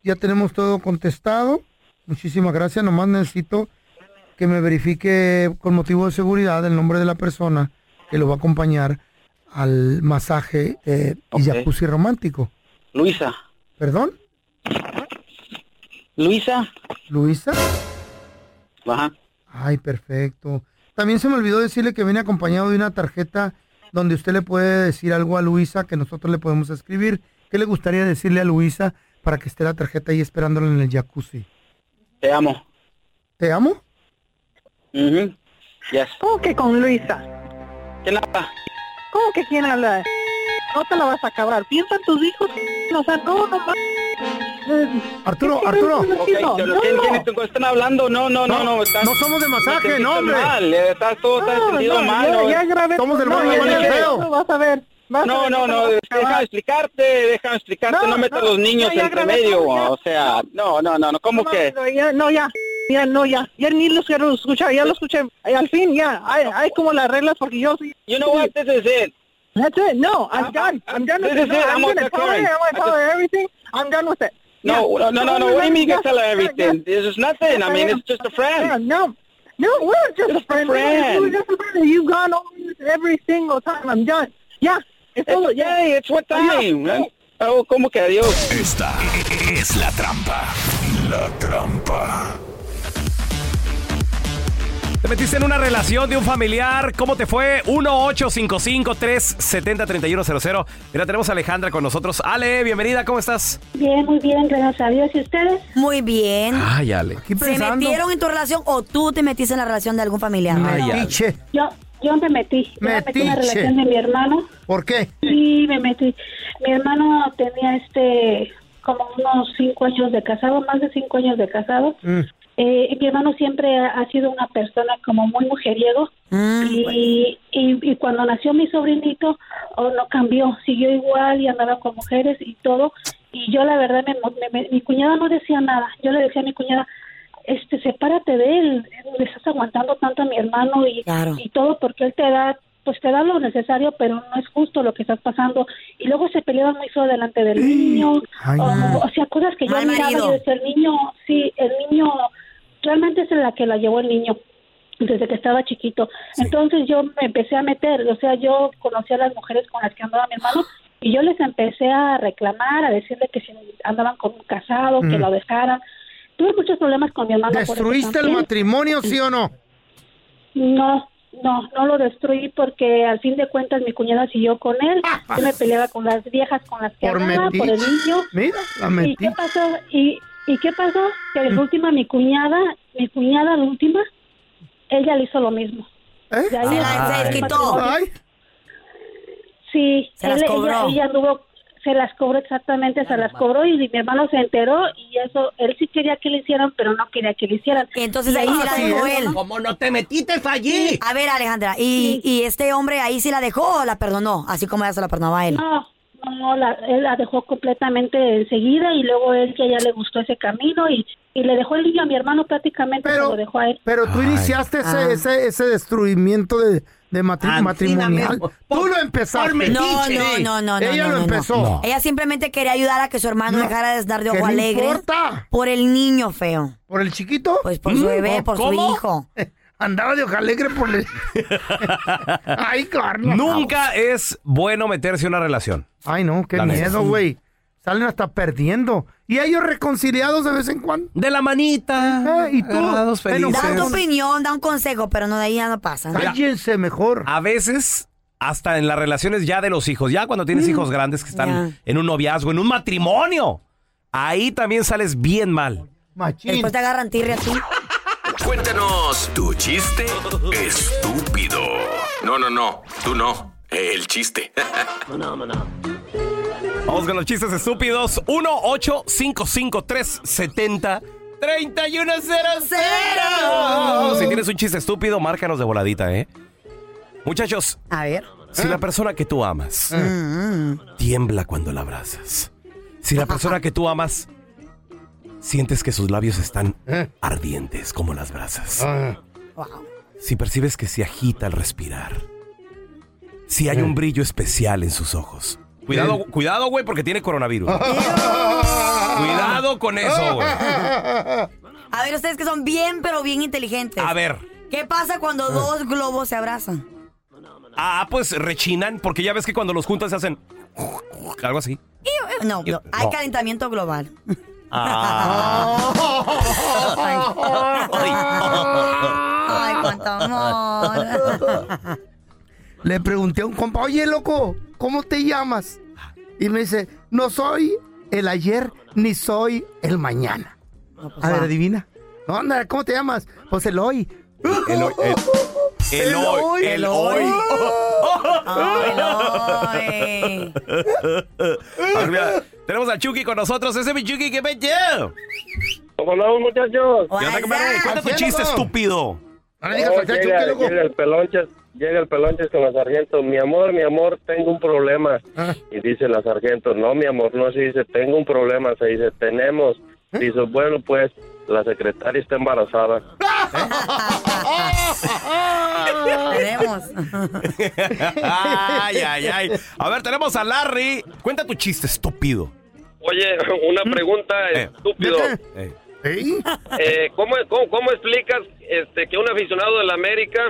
Speaker 3: Ya tenemos todo contestado. Muchísimas gracias. Nomás necesito que me verifique con motivo de seguridad el nombre de la persona que lo va a acompañar al masaje eh, y jacuzzi romántico.
Speaker 19: Luisa.
Speaker 3: ¿Perdón?
Speaker 19: Luisa.
Speaker 3: ¿Luisa?
Speaker 19: Ajá.
Speaker 3: Ay, perfecto. También se me olvidó decirle que viene acompañado de una tarjeta donde usted le puede decir algo a Luisa que nosotros le podemos escribir. ¿Qué le gustaría decirle a Luisa para que esté la tarjeta ahí esperándola en el jacuzzi?
Speaker 19: Te amo.
Speaker 3: ¿Te amo?
Speaker 19: Ujú. Yes.
Speaker 24: ¿Cómo que con Luisa?
Speaker 19: ¿Quién habla?
Speaker 24: ¿Cómo que quién habla? No te la vas a acabar. Piensa en tus hijos. O sea, no, no más.
Speaker 3: Arturo, Arturo.
Speaker 19: Ok, pero ¿quién, quién es tu- están hablando? No, no, no, no. estás-
Speaker 3: no somos de masaje,
Speaker 19: te
Speaker 3: no,
Speaker 19: sientes
Speaker 3: hombre.
Speaker 19: mal, eh, estás todo está
Speaker 24: Ah,
Speaker 3: No,
Speaker 19: entendido
Speaker 3: no,
Speaker 19: mal.
Speaker 3: ya-
Speaker 19: no,
Speaker 3: ya grabé- Somos del bueno, la mala y el feo.
Speaker 24: No, vas a ver. Vas a
Speaker 19: No,
Speaker 24: ver
Speaker 19: no,
Speaker 24: que te
Speaker 19: no,
Speaker 24: vas a
Speaker 19: déjame
Speaker 24: acabar.
Speaker 19: explicarte, déjame explicarte,
Speaker 24: No,
Speaker 19: no, metas
Speaker 24: no,
Speaker 19: los niños
Speaker 24: ya, ya
Speaker 19: entre
Speaker 24: grabé
Speaker 19: medio,
Speaker 24: todo, ya.
Speaker 19: o sea, no, no, no, no, ¿cómo
Speaker 24: No,
Speaker 19: que?
Speaker 24: no, ya, no, ya. Ya, no, ya. Ya ni los quiero escuchar. Ya lo escuché. Ay, Al fin, ya. Ay, ay, como las reglas, porque yo sí.
Speaker 19: You know what, this is it. Ah,
Speaker 24: That's it. No, I'm done. I'm done with
Speaker 19: This
Speaker 24: it.
Speaker 19: is
Speaker 24: No,
Speaker 19: it.
Speaker 24: I'm
Speaker 19: I'm
Speaker 24: gonna
Speaker 19: okay,
Speaker 24: tell her. I'm
Speaker 19: Karen.
Speaker 24: gonna tell her everything. I'm done with it.
Speaker 19: No,
Speaker 24: Yeah.
Speaker 19: no, no, no, no, what do you mean you can tell her everything? This is nothing, I mean, it's just a friend.
Speaker 24: No, no, we're just, a friend.
Speaker 19: friend.
Speaker 24: We're just a friend. You've gone over this every single time. I'm done. Yeah. It's, over. Yeah,
Speaker 19: it's what
Speaker 24: time.
Speaker 19: Oh, ¿cómo que adiós?
Speaker 1: Esta es la trampa. La trampa.
Speaker 2: Te metiste en una relación de un familiar. ¿Cómo te fue? 1-855-370-3100. Mira, tenemos a Alejandra con nosotros. Ale, bienvenida, ¿cómo estás?
Speaker 4: Bien, muy bien, gracias a Dios. ¿Y ustedes? Muy bien.
Speaker 2: Ay, Ale.
Speaker 4: ¿Se metieron en tu relación o tú te metiste en la relación de algún familiar?
Speaker 2: Ay, Ale.
Speaker 22: Yo, yo me metí. Yo me metí en
Speaker 3: Metiche.
Speaker 22: la relación de mi hermano.
Speaker 3: ¿Por qué?
Speaker 22: Sí, me metí. Mi hermano tenía este como unos cinco años de casado, más de cinco años de casado. Eh, y mi hermano siempre ha, ha sido una persona como muy mujeriego y, y- y cuando nació mi sobrinito oh, no cambió, siguió igual y andaba con mujeres y todo. Y yo la verdad, me, mo- me- me- mi cuñada no decía nada. Yo le decía a mi cuñada, este, sepárate de él, le estás aguantando tanto a mi hermano y,
Speaker 4: Claro.
Speaker 22: y todo porque él te da pues te da lo necesario, pero no es justo lo que estás pasando. Y luego se peleaban muy feo delante del niño.
Speaker 3: Ay,
Speaker 22: o,
Speaker 3: no.
Speaker 22: o sea, cosas que yo
Speaker 4: Mal
Speaker 22: miraba
Speaker 4: marido.
Speaker 22: y decía, el niño, sí, el niño, realmente es la que la llevó el niño desde que estaba chiquito. Entonces yo me empecé a meter, o sea, yo conocí a las mujeres con las que andaba mi hermano y yo les empecé a reclamar, a decirle que si andaban con un casado, que
Speaker 3: Mm.
Speaker 22: lo dejaran. Tuve muchos problemas con mi hermano. por eso
Speaker 3: ¿Destruiste el
Speaker 22: también.
Speaker 3: matrimonio, sí o no?
Speaker 22: No, no, no lo destruí porque al fin de cuentas mi cuñada siguió con
Speaker 3: [LAUGHS]
Speaker 22: él. Yo me peleaba con las viejas con las que
Speaker 3: Por
Speaker 22: andaba, por el
Speaker 3: metiche.
Speaker 22: niño.
Speaker 3: Mira, la
Speaker 22: ¿Y qué
Speaker 3: metí.
Speaker 22: pasó? ¿Y, y qué pasó? Que
Speaker 3: Mm.
Speaker 22: la última, mi cuñada, mi cuñada, la última, ella le hizo lo mismo.
Speaker 3: ¿Eh?
Speaker 22: De ahí
Speaker 4: Se
Speaker 22: el-
Speaker 4: la- Ah, se
Speaker 22: el
Speaker 4: quitó.
Speaker 22: matrimonio.
Speaker 4: Ay.
Speaker 22: Sí,
Speaker 4: Se las
Speaker 22: él- ella-
Speaker 4: cobró.
Speaker 22: Ella, anduvo, se las cobró exactamente, se las cobró y mi hermano se enteró y eso, él sí quería que le hicieran, pero no quería que le hicieran.
Speaker 4: Entonces ahí sí la dejó él.
Speaker 14: ¿Cómo no te metiste allí?
Speaker 4: A ver, Alejandra, ¿y, y este hombre ahí sí la dejó o la perdonó? Así como ella se la perdonaba a él.
Speaker 22: No, no, la, él la dejó completamente enseguida y luego él que ya le gustó ese camino y, y le dejó el niño a mi hermano prácticamente, se lo dejó a él.
Speaker 3: Pero tú iniciaste ese,
Speaker 22: Ah.
Speaker 3: ese, ese destruimiento de, de matri-
Speaker 19: Ah,
Speaker 3: matrimonial.
Speaker 22: mismo.
Speaker 3: tú lo empezaste.
Speaker 4: No, no, no, no, no. no,
Speaker 3: Ella lo
Speaker 4: no, no.
Speaker 3: empezó.
Speaker 4: Ella simplemente quería ayudar a que su hermano dejara de estar de
Speaker 3: ¿Qué
Speaker 4: ojo
Speaker 3: le
Speaker 4: alegre. Por el niño feo.
Speaker 3: ¿Por el chiquito?
Speaker 4: Pues por
Speaker 14: Mm,
Speaker 4: su bebé, por su
Speaker 3: ¿Cómo?
Speaker 4: hijo.
Speaker 3: [LAUGHS] Andaba de ojo alegre por el... [LAUGHS] Ay, Carlos.
Speaker 2: Nunca es bueno meterse en una relación.
Speaker 3: Ay, no, qué
Speaker 2: La neta.
Speaker 3: miedo, güey. Salen hasta perdiendo. Y ellos reconciliados de vez en cuando.
Speaker 2: De la manita.
Speaker 3: Ah, y tú.
Speaker 2: agarrados felices.
Speaker 4: Da tu opinión, da un consejo, pero no de ahí ya no pasa.
Speaker 3: Cállense mejor.
Speaker 2: A veces, hasta en las relaciones ya de los hijos, ya cuando tienes hijos grandes que están
Speaker 4: Ya.
Speaker 2: en un noviazgo, en un matrimonio, ahí también sales bien mal.
Speaker 4: Después te agarran tirria tú.
Speaker 1: Cuéntanos tu chiste estúpido. No, no, no, tú no. El chiste. No, no, no.
Speaker 2: Vamos con los chistes estúpidos. 1 8 70 3100 Si tienes un chiste estúpido, márcanos de voladita, ¿eh? Muchachos.
Speaker 4: A ver.
Speaker 2: Si la persona que tú amas Ah. tiembla cuando la abrazas. Si la persona que tú amas sientes que sus labios están ardientes como las brasas. Si percibes que se agita al respirar. Si hay un brillo especial en sus ojos. Cuidado, cuidado, güey, porque tiene coronavirus.
Speaker 3: Ah.
Speaker 2: cuidado con eso, güey.
Speaker 4: [LAUGHS] A ver, ustedes que son bien, pero bien inteligentes.
Speaker 2: A ver.
Speaker 4: ¿Qué pasa cuando dos globos se abrazan?
Speaker 2: Ah, pues rechinan, porque ya ves que cuando los juntas se hacen algo así.
Speaker 4: Iu, iu. No,
Speaker 2: Iu,
Speaker 4: no, hay
Speaker 2: no.
Speaker 4: calentamiento global.
Speaker 2: Ah.
Speaker 4: [LAUGHS] Ay, cuánto amor.
Speaker 3: Le pregunté a un compa, oye, loco, ¿cómo te llamas? Y me dice, no soy el ayer ni soy el mañana.
Speaker 2: pues,
Speaker 3: a ver, adivina. No, anda, ¿cómo te llamas? Pues el hoy.
Speaker 2: El hoy. El,
Speaker 3: El
Speaker 2: hoy.
Speaker 3: hoy.
Speaker 2: El hoy.
Speaker 4: Ah. Ay.
Speaker 2: A ver, mira, tenemos a Chucky con nosotros. Ese es mi Chucky, ¿qué pecho?
Speaker 8: ¿Cómo andamos, muchachos?
Speaker 2: ¿Qué onda, compadre? Cuenta tu chiste, estúpido.
Speaker 3: No
Speaker 2: le digas al Chacho,
Speaker 8: llega,
Speaker 2: ¿qué, loco?
Speaker 8: llega el pelonches, llega el pelonches con la sargento. Mi amor, mi amor, tengo un problema.
Speaker 2: Ah.
Speaker 8: Y dice la sargento, no, mi amor, no se dice, tengo un problema. Se dice, tenemos.
Speaker 2: ¿Eh?
Speaker 8: Dice, bueno, pues, la secretaria está embarazada.
Speaker 4: Tenemos.
Speaker 2: ay, ay, ay. A ver, tenemos a Larry. Cuenta tu chiste, estúpido.
Speaker 8: Oye,
Speaker 2: ¿Mm?
Speaker 8: una pregunta estúpido.
Speaker 2: Eh.
Speaker 8: Eh, ¿cómo, cómo, cómo explicas este, que un aficionado del América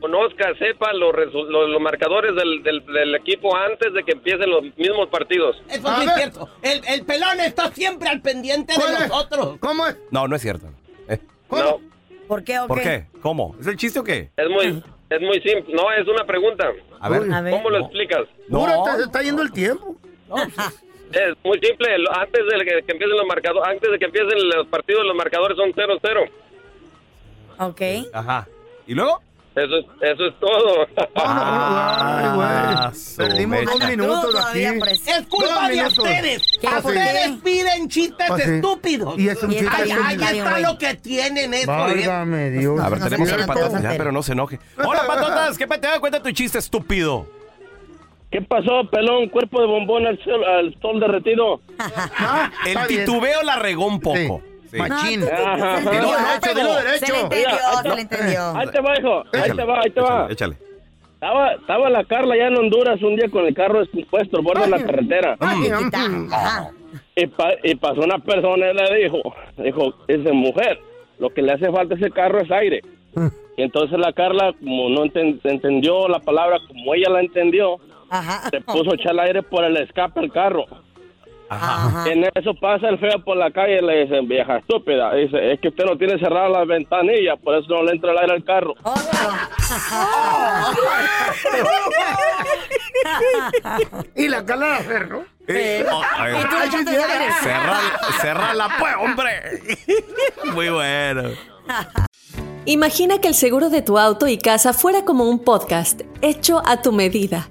Speaker 8: conozca, sepa los, resu- los, los marcadores del, del- del equipo antes de que empiecen los mismos partidos?
Speaker 14: Eso sí es cierto. El, el pelón está siempre al pendiente de nosotros.
Speaker 3: ¿Cómo es?
Speaker 2: No, no es cierto.
Speaker 8: No.
Speaker 4: ¿Por qué o
Speaker 2: ¿Por qué? ¿Cómo? ¿Es el chiste o qué?
Speaker 8: Es muy, es muy simple. No, es una pregunta.
Speaker 2: A ver.
Speaker 8: ¿cómo
Speaker 2: A ver.
Speaker 8: lo explicas?
Speaker 3: Pura,
Speaker 2: Oh.
Speaker 3: se está yendo el tiempo.
Speaker 8: Es muy simple. Lo- Antes de que que empiecen los marcadores, antes de que empiecen los partidos, los marcadores son 0-0.
Speaker 4: Ok.
Speaker 2: Ajá. ¿Y luego?
Speaker 8: Eso es, eso
Speaker 3: [LAUGHS]
Speaker 8: es todo.
Speaker 2: Ah,
Speaker 3: Perdimos dos minutos aquí.
Speaker 14: Es culpa
Speaker 3: Dos
Speaker 14: de
Speaker 3: minutos.
Speaker 14: ustedes.
Speaker 3: ¿Qué?
Speaker 14: A
Speaker 3: ¿Por qué?
Speaker 14: ustedes piden chistes
Speaker 3: Pues sí.
Speaker 14: estúpidos.
Speaker 3: Y es un chiste
Speaker 14: Ay, ahí
Speaker 3: estúpido.
Speaker 14: está lo que tienen eso. ¿eh?
Speaker 3: Válgame
Speaker 14: [LAUGHS]
Speaker 3: Dios.
Speaker 2: A ver, tenemos a la patota ya, pero no se enoje. Hola, patotas. ¿Qué pa- te da cuenta tu chiste estúpido?
Speaker 12: ¿Qué pasó, pelón? Cuerpo de bombón al, sol- al sol derretido.
Speaker 2: El titubeo la regó un poco. Sí.
Speaker 12: Machín.
Speaker 2: Dilo derecho, dilo derecho.
Speaker 12: Ahí te va, hijo. Ahí
Speaker 2: Échale,
Speaker 12: te va, ahí te va.
Speaker 2: Échale.
Speaker 12: Estaba, estaba la Carla ya en Honduras un día con el carro descompuesto al borde de la carretera. Y, pa- y pasó una persona y le dijo, dijo, es de mujer, lo que le hace falta a ese carro es aire. Y entonces la Carla, como no enten- entendió la palabra como ella la entendió, se puso a echar aire por el escape al carro. En eso pasa el feo por la calle y le dicen, vieja estúpida, dice, es que usted no tiene cerrada la ventanilla, por eso no le entra el aire al carro.
Speaker 3: Y la cala la cerró.
Speaker 2: Eh, oh, ay,
Speaker 3: Y tú le echaste el aire.
Speaker 2: Cerra, cerra la pues, hombre. Muy bueno.
Speaker 9: Imagina que el seguro de tu auto y casa fuera como un podcast hecho a tu medida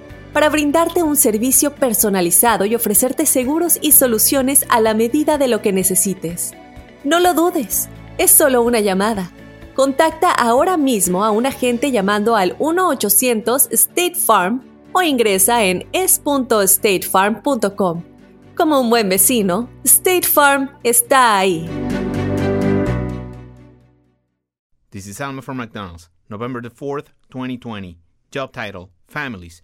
Speaker 9: para brindarte un servicio personalizado y ofrecerte seguros y soluciones a la medida de lo que necesites. No lo dudes, es solo una llamada. Contacta ahora mismo a un agente llamando al 1-800 State Farm o ingresa en es.statefarm.com. Como un buen vecino, State Farm está ahí.
Speaker 25: This is Alma from McDonald's, November the 4th, 2020. Job title Families,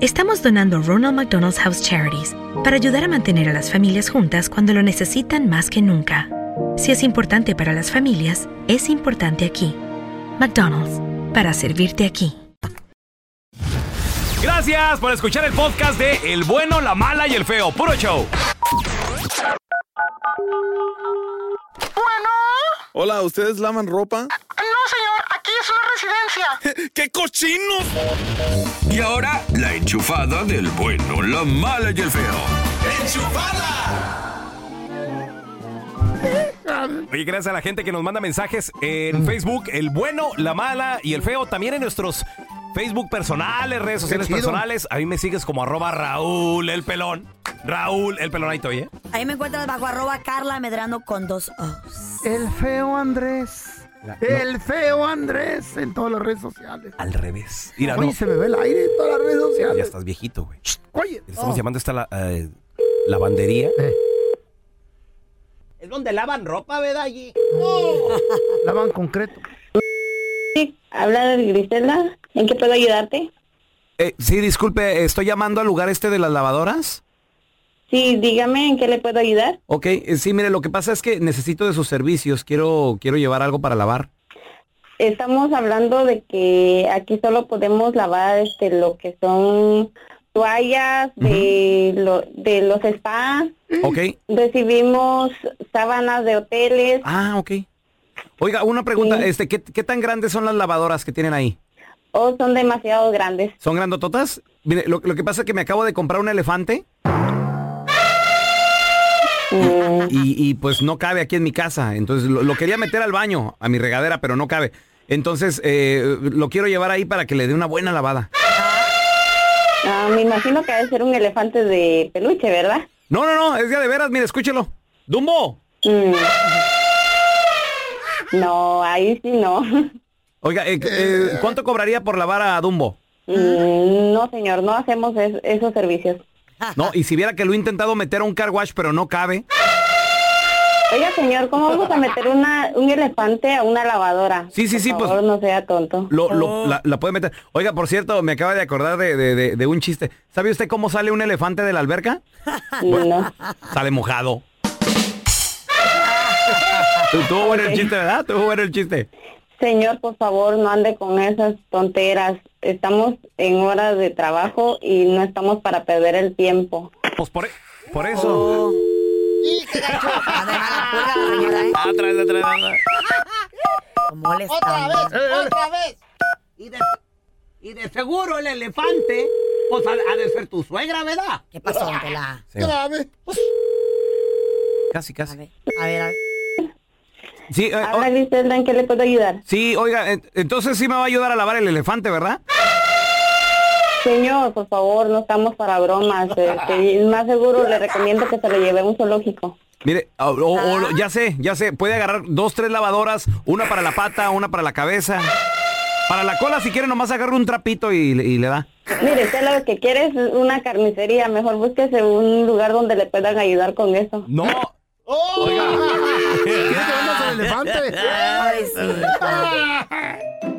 Speaker 5: estamos donando Ronald McDonald's House Charities para ayudar a mantener a las familias juntas cuando lo necesitan más que nunca. Si es importante para las familias, es importante aquí. McDonald's, para servirte aquí.
Speaker 2: Gracias por escuchar el podcast de El Bueno, la Mala y el Feo. Puro show.
Speaker 15: Bueno,
Speaker 18: Hola, ¿ustedes lavan ropa?
Speaker 15: no señor, aquí es una
Speaker 2: [LAUGHS]
Speaker 15: residencia.
Speaker 18: ¡Qué cochinos!
Speaker 1: [LAUGHS] Y ahora, la enchufada del bueno, la mala y el feo.
Speaker 2: Oye, gracias a la gente que nos manda mensajes en Facebook, el bueno, la mala y el feo. También en nuestros Facebook personales, redes sociales
Speaker 4: chido.
Speaker 2: personales. A mí me sigues como arroba Raúl el pelón. Raúl el pelón, ahí estoy, ¿eh?
Speaker 4: Ahí me encuentras bajo arroba Carla Medrano con dos O's.
Speaker 3: El feo Andrés. El feo Andrés en todas las redes sociales.
Speaker 2: Al revés. Mira,
Speaker 3: Oye,
Speaker 2: no.
Speaker 3: se me ve el aire en todas las redes sociales. Oh.
Speaker 2: Ya estás viejito, güey.
Speaker 3: Oye.
Speaker 2: Le
Speaker 14: oh,
Speaker 2: Estamos llamando esta la, eh, lavandería.
Speaker 3: Eh,
Speaker 14: Es donde lavan ropa, ¿verdad?
Speaker 15: [LAUGHS]
Speaker 14: Allí. Oh.
Speaker 3: Lavan concreto.
Speaker 7: Sí, habla Griselda. ¿En qué puedo ayudarte?
Speaker 10: Eh, sí, disculpe, estoy llamando al lugar este de las lavadoras.
Speaker 7: Sí, dígame en qué le puedo ayudar.
Speaker 10: Ok, eh, sí, mire, lo que pasa es que necesito de sus servicios. Quiero, quiero llevar algo para lavar.
Speaker 7: Estamos hablando de que aquí solo podemos lavar este lo que son toallas de, lo- de los spas.
Speaker 10: Ok.
Speaker 7: Recibimos sábanas de hoteles.
Speaker 10: Ah, ok. Oiga, una pregunta, este, ¿qué, qué tan grandes son las lavadoras que tienen ahí?
Speaker 7: Oh, son demasiado grandes.
Speaker 10: ¿Son grandototas? Mire, lo, lo que pasa es que me acabo de comprar un elefante. Y, y, pues no cabe aquí en mi casa. Entonces lo, lo quería meter al baño, a mi regadera, pero no cabe. Entonces eh, lo quiero llevar ahí para que le dé una buena lavada.
Speaker 7: Ah, me imagino que debe ser un elefante de peluche, ¿verdad?
Speaker 27: No, no, no, es ya de veras, mire, escúchelo. ¡Dumbo!
Speaker 7: No, ahí sí no. [LAUGHS]
Speaker 27: Oiga, eh, eh, ¿cuánto cobraría por lavar a Dumbo?
Speaker 7: Mm, no, señor, no hacemos es- esos servicios.
Speaker 27: No, y si viera que lo he intentado meter a un car wash, pero no cabe.
Speaker 7: Oiga, señor, ¿cómo vamos a meter una, un elefante a
Speaker 27: [LAUGHS]
Speaker 7: una lavadora?
Speaker 27: Sí, sí, sí,
Speaker 7: Por
Speaker 27: pues-
Speaker 7: favor, no sea tonto.
Speaker 27: Lo, lo- la, la puede meter. Oiga, por cierto, me acaba de acordar de, de- de- de un chiste. ¿Sabe usted cómo sale un elefante de la alberca?
Speaker 7: No.
Speaker 27: Sale mojado. Tu- Tuvo bueno el chiste, ¿verdad? Tuvo bueno el chiste.
Speaker 7: Señor, por favor, no ande con esas tonteras. Estamos en horas de trabajo y no estamos para perder el tiempo.
Speaker 27: Pues por, por eso.
Speaker 28: Atrás, atrás, atrás.
Speaker 29: Otra vez, otra vez. Eh, Y de, y de seguro el elefante, pues ha, ha de ser tu suegra, ¿verdad?
Speaker 4: ¿Qué pasó,
Speaker 27: Sí.
Speaker 29: Grave.
Speaker 27: Casi, casi.
Speaker 4: A ver, a ver.
Speaker 27: Sí, eh, o-
Speaker 7: Griselda, ¿en qué le puedo ayudar?
Speaker 27: sí, oiga, en- entonces sí me va a ayudar a lavar el elefante, ¿verdad?
Speaker 7: Señor, por favor, no estamos para bromas. Este, y más seguro le recomiendo que se lo lleve a un zoológico.
Speaker 27: Mire, o- o-
Speaker 7: Ah.
Speaker 27: o- ya sé, ya sé, puede agarrar dos, tres lavadoras, una para la pata, una para la cabeza. Para la cola, si quiere, nomás agarra un trapito y, le- y le da.
Speaker 7: Mire, usted lo que quiere es una carnicería. Mejor búsquese un lugar donde le puedan ayudar con eso.
Speaker 27: No.
Speaker 29: [LAUGHS]
Speaker 30: el elefante?
Speaker 4: Ay,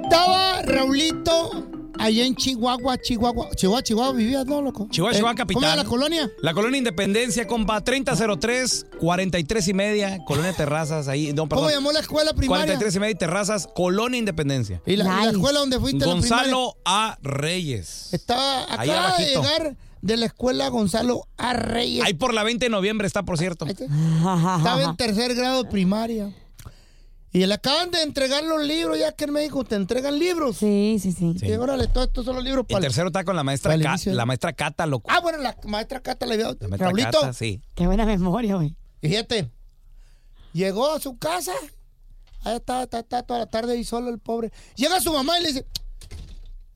Speaker 3: Estaba Raulito allá en Chihuahua, Chihuahua. Chihuahua, Chihuahua vivía, ¿no, loco? Eh,
Speaker 2: Chihuahua, Chihuahua, capital.
Speaker 3: ¿Cómo era la colonia?
Speaker 2: La colonia Independencia, compa, 3003, 43 y media, colonia Terrazas, ahí, no, perdón.
Speaker 3: ¿Cómo llamó la escuela primaria?
Speaker 2: 43 y media y Terrazas, colonia Independencia.
Speaker 3: ¿Y la, y la escuela donde fuiste a la primaria?
Speaker 2: Gonzalo A. Reyes.
Speaker 3: Estaba,
Speaker 2: Ahí
Speaker 3: acaba de
Speaker 2: abajito.
Speaker 3: llegar de la escuela Gonzalo A. Reyes.
Speaker 2: Ahí por la 20 de noviembre está, por cierto.
Speaker 3: Estaba en tercer grado de primaria. Y le acaban de entregar los libros, ya que en México te entregan libros.
Speaker 4: Sí, sí, sí.
Speaker 3: Y órale, todos estos son los libros
Speaker 2: El
Speaker 3: para...
Speaker 2: tercero está con la maestra,
Speaker 3: Al
Speaker 2: Ca-
Speaker 3: inicio.
Speaker 2: la maestra Cata, loco.
Speaker 3: Ah, bueno, la maestra Cata le había...
Speaker 2: La maestra
Speaker 3: Raulito,
Speaker 2: Cata, sí.
Speaker 4: Qué buena memoria, güey.
Speaker 3: Fíjate, llegó a su casa, ahí está, está, está toda la tarde ahí solo el pobre. Llega su mamá y le dice,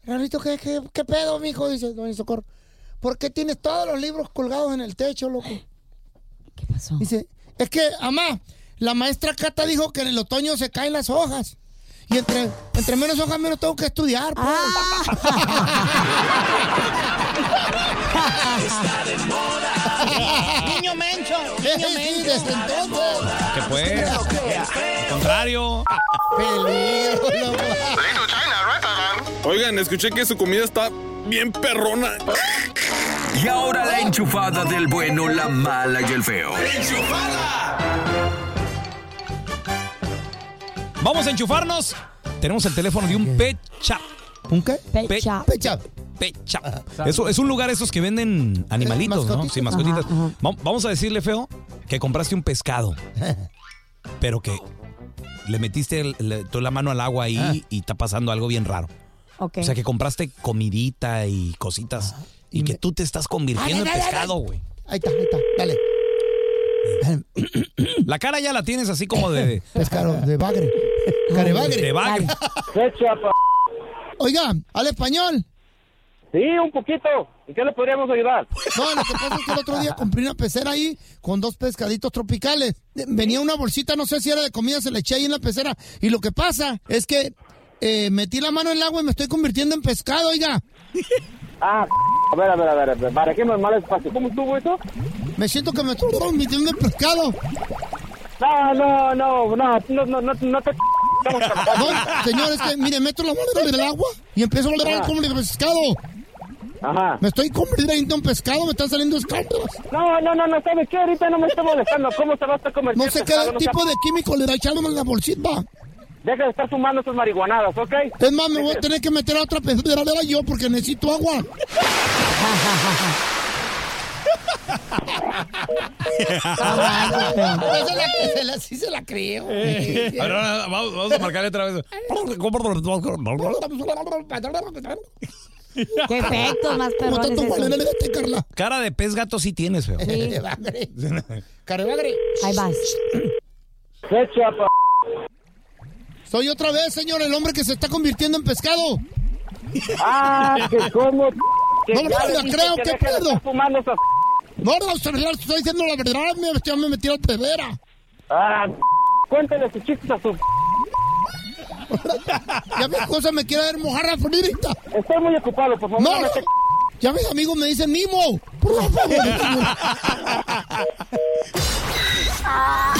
Speaker 3: Raulito, ¿qué, qué, qué pedo, mijo? Dice Don Socorro, ¿por qué tienes todos los libros colgados en el techo, loco? ¿Qué
Speaker 4: pasó?
Speaker 3: Dice, es que, mamá, la maestra Cata dijo que en el otoño se caen las hojas. Y entre, entre menos hojas, menos tengo que estudiar. pues".
Speaker 4: Ah. [LAUGHS]
Speaker 3: [LAUGHS]
Speaker 29: [LAUGHS]
Speaker 31: Niño mencho,
Speaker 3: Sí,
Speaker 31: niño
Speaker 3: sí,
Speaker 31: mencho.
Speaker 3: desde entonces.
Speaker 2: Que pues, al contrario. Ah,
Speaker 24: Oigan, escuché que su comida está bien perrona.
Speaker 1: Y ahora la enchufada del bueno, la mala y el feo.
Speaker 2: Vamos a enchufarnos. Tenemos el teléfono de un pet shop.
Speaker 3: ¿Un qué?
Speaker 2: Pet shop.
Speaker 3: Pet shop.
Speaker 2: Eso es un lugar esos que venden animalitos, ¿no?
Speaker 32: mascotitas.
Speaker 2: Sí, mascotitas.
Speaker 32: Ajá, ajá.
Speaker 2: Va- Vamos a decirle, feo, que compraste un pescado, pero que le metiste el- le- tú la mano al agua ahí
Speaker 4: Ah.
Speaker 2: y está pasando algo bien raro.
Speaker 4: Ok.
Speaker 2: O sea, que compraste comidita y cositas y, que tú te estás convirtiendo
Speaker 3: Dale,
Speaker 2: en
Speaker 3: dale,
Speaker 2: pescado, güey.
Speaker 3: Ahí está, ahí está, dale.
Speaker 2: La cara ya la tienes así como de...
Speaker 3: Pescado de
Speaker 2: [LAUGHS]
Speaker 3: bagre. Carebagre.
Speaker 2: De bagre.
Speaker 3: Oiga, ¿habla español?
Speaker 14: Sí, un poquito. ¿En qué le podríamos ayudar?
Speaker 3: No, lo que pasa es que el otro día compré una pecera ahí con dos pescaditos tropicales. Venía una bolsita, no sé si era de comida, se le eché ahí en la pecera. Y lo que pasa es que eh, metí la mano en el agua y me estoy convirtiendo en pescado, oiga.
Speaker 14: Ah, a ver, a ver, a ver, a ver. ¿Para qué mal espacio? ¿Cómo estuvo eso?
Speaker 3: Me siento que me estoy convirtiendo en pescado.
Speaker 14: No, no, no, no, no, no, no, no te...
Speaker 3: No, señor, es que, mire, meto la mano en el agua y empiezo a volver
Speaker 15: Ah.
Speaker 14: Ajá.
Speaker 3: como de pescado.
Speaker 14: Ajá.
Speaker 3: Me estoy convirtiendo en pescado, me están saliendo escándalos.
Speaker 14: No, no, no, no, ¿sabe qué? Ahorita no me está molestando. ¿Cómo se va a estar convirtiendo?
Speaker 3: No sé qué tipo de químico le da echarlo en la bolsita.
Speaker 14: Deja de estar fumando esas marihuanadas, ¿ok?
Speaker 3: Es más, me voy a tener que meter a otra pedradera yo porque necesito
Speaker 15: [LAUGHS]
Speaker 3: agua. Esa es la que se la, sí se la creo.
Speaker 15: Eh.
Speaker 3: [LAUGHS]
Speaker 2: A ver, ahora vamos, vamos a marcarle otra vez.
Speaker 3: Qué efectos más perrones ¿Cómo tanto esos. este, Carla?
Speaker 2: Cara de pez gato sí tienes, feo.
Speaker 3: Sí. Bagre. Carabagre.
Speaker 4: Ahí vas.
Speaker 3: Soy otra vez, señor, el hombre que se está convirtiendo en pescado.
Speaker 14: Ah, que cómo...
Speaker 19: No, no,
Speaker 15: ya
Speaker 19: la
Speaker 15: dijiste
Speaker 19: creo,
Speaker 15: que
Speaker 19: ¿qué
Speaker 15: deje de
Speaker 19: pedo?
Speaker 15: estar fumando esas-
Speaker 19: No, no, se relaja, estoy diciendo la verdad, me, ya me metí a la pebera.
Speaker 15: Ah, cuéntale sus chistes a su...
Speaker 19: [LAUGHS] Ya mi esposa me quiere ver mojar la frita.
Speaker 15: Estoy muy ocupado, por favor.
Speaker 19: No, no. Ya mis amigos me dicen Mimo. Por favor.
Speaker 15: [LAUGHS]
Speaker 1: [LAUGHS]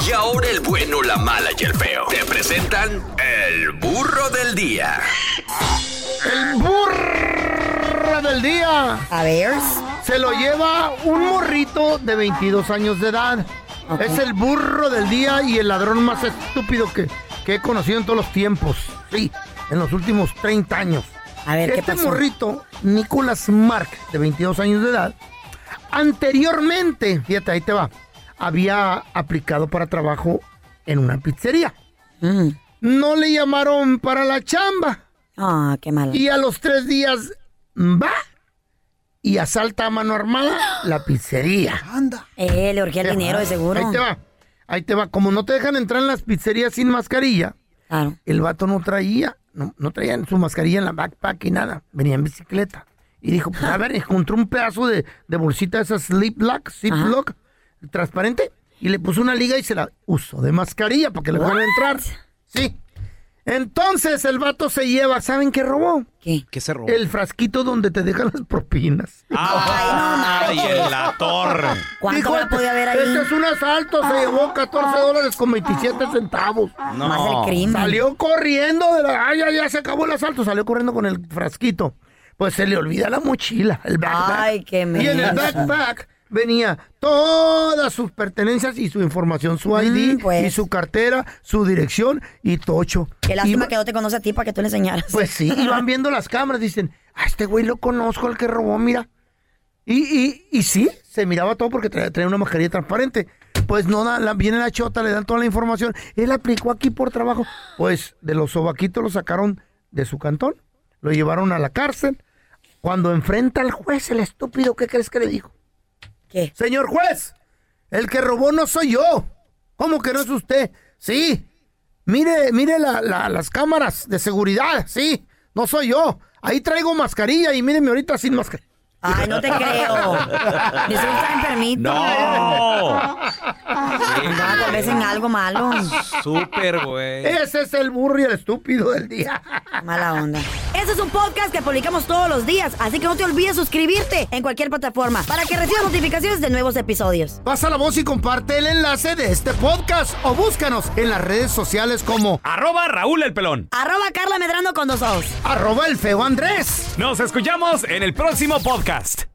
Speaker 1: Y ahora el bueno, la mala y el feo. Te presentan el burro del día.
Speaker 3: El burro del día.
Speaker 4: A ver.
Speaker 3: Se lo lleva un morrito de 22 años de edad. Es el burro del día y el ladrón más estúpido que, que he conocido en todos los tiempos. Sí, en los últimos 30 años.
Speaker 4: A ver, ¿qué
Speaker 3: este
Speaker 4: pasó?
Speaker 3: morrito, Nicolás Mark, de 22 años de edad, anteriormente, fíjate, ahí te va, había aplicado para trabajo en una pizzería.
Speaker 4: Mm.
Speaker 3: No le llamaron para la chamba.
Speaker 4: Ah, qué malo.
Speaker 3: Y a los tres días va y asalta a
Speaker 4: [GASPS]
Speaker 3: mano armada la pizzería.
Speaker 4: Anda. Eh, le urgía el dinero, de seguro.
Speaker 3: Ahí te va. Ahí te va. Como no te dejan entrar en las pizzerías sin mascarilla, el vato no traía, no, no traía su mascarilla en la backpack y nada. Venía en bicicleta. Y dijo, pues a ver, encontró un pedazo de, de bolsita de esa slip lock, zip lock, transparente, y le puso una liga y se la usó de mascarilla para que le puedan entrar. Sí. Entonces el vato se lleva, ¿saben qué robó?
Speaker 4: ¿Qué?
Speaker 10: ¿Qué se robó?
Speaker 3: El frasquito donde te dejan las propinas.
Speaker 10: Ay, en la torre.
Speaker 3: Dijo,
Speaker 4: la podía haber ahí?
Speaker 3: Este es un asalto, se llevó 14 dólares con 27 centavos.
Speaker 10: No. Más el crimen.
Speaker 3: Salió corriendo de la... Ay, ya, ya se acabó el asalto, salió corriendo con el frasquito. Pues se le olvida la mochila, el backpack.
Speaker 4: Ay, qué
Speaker 3: Y en el
Speaker 4: menso.
Speaker 3: backpack venía todas sus pertenencias y su información, su ID y su cartera, su dirección y tocho.
Speaker 4: Qué lástima
Speaker 3: Iba-
Speaker 4: que no te conoce a ti para que tú le enseñaras.
Speaker 3: Pues sí, y van viendo las
Speaker 4: [LAUGHS]
Speaker 3: cámaras, dicen, a este güey lo conozco, el que robó, mira. Y, y, y sí, se miraba todo porque traía, traía una mascarilla transparente. Pues no, da- la, viene la chota, le dan toda la información. Él aplicó aquí por trabajo. Pues de los sobaquitos lo sacaron de su cantón, lo llevaron a la cárcel. Cuando enfrenta al juez, el estúpido, ¿qué crees que le dijo?
Speaker 4: ¿Qué?
Speaker 3: Señor juez, el que robó no soy yo. ¿Cómo que no es usted? Sí. Mire, mire la- la- las cámaras de seguridad. Sí, no soy yo. Ahí traigo mascarilla y míreme ahorita sin mascarilla.
Speaker 4: Ay, no
Speaker 3: [LAUGHS]
Speaker 4: te creo. Disculpa, me permito.
Speaker 10: No.
Speaker 4: Andaba Ah, tal vez en algo malo.
Speaker 10: [LAUGHS] Súper, güey.
Speaker 3: Ese es el burro y el estúpido del día.
Speaker 4: Mala onda. Este es un podcast que publicamos todos los días, así que no te olvides suscribirte en cualquier plataforma para que recibas notificaciones de nuevos episodios.
Speaker 3: Pasa la voz y comparte el enlace de este podcast o búscanos en las redes sociales como
Speaker 10: Arroba Raúl el pelón.
Speaker 4: Arroba Carla Medrano con dos ojos.
Speaker 3: arroba el feo Andrés.
Speaker 10: Nos escuchamos en el próximo podcast.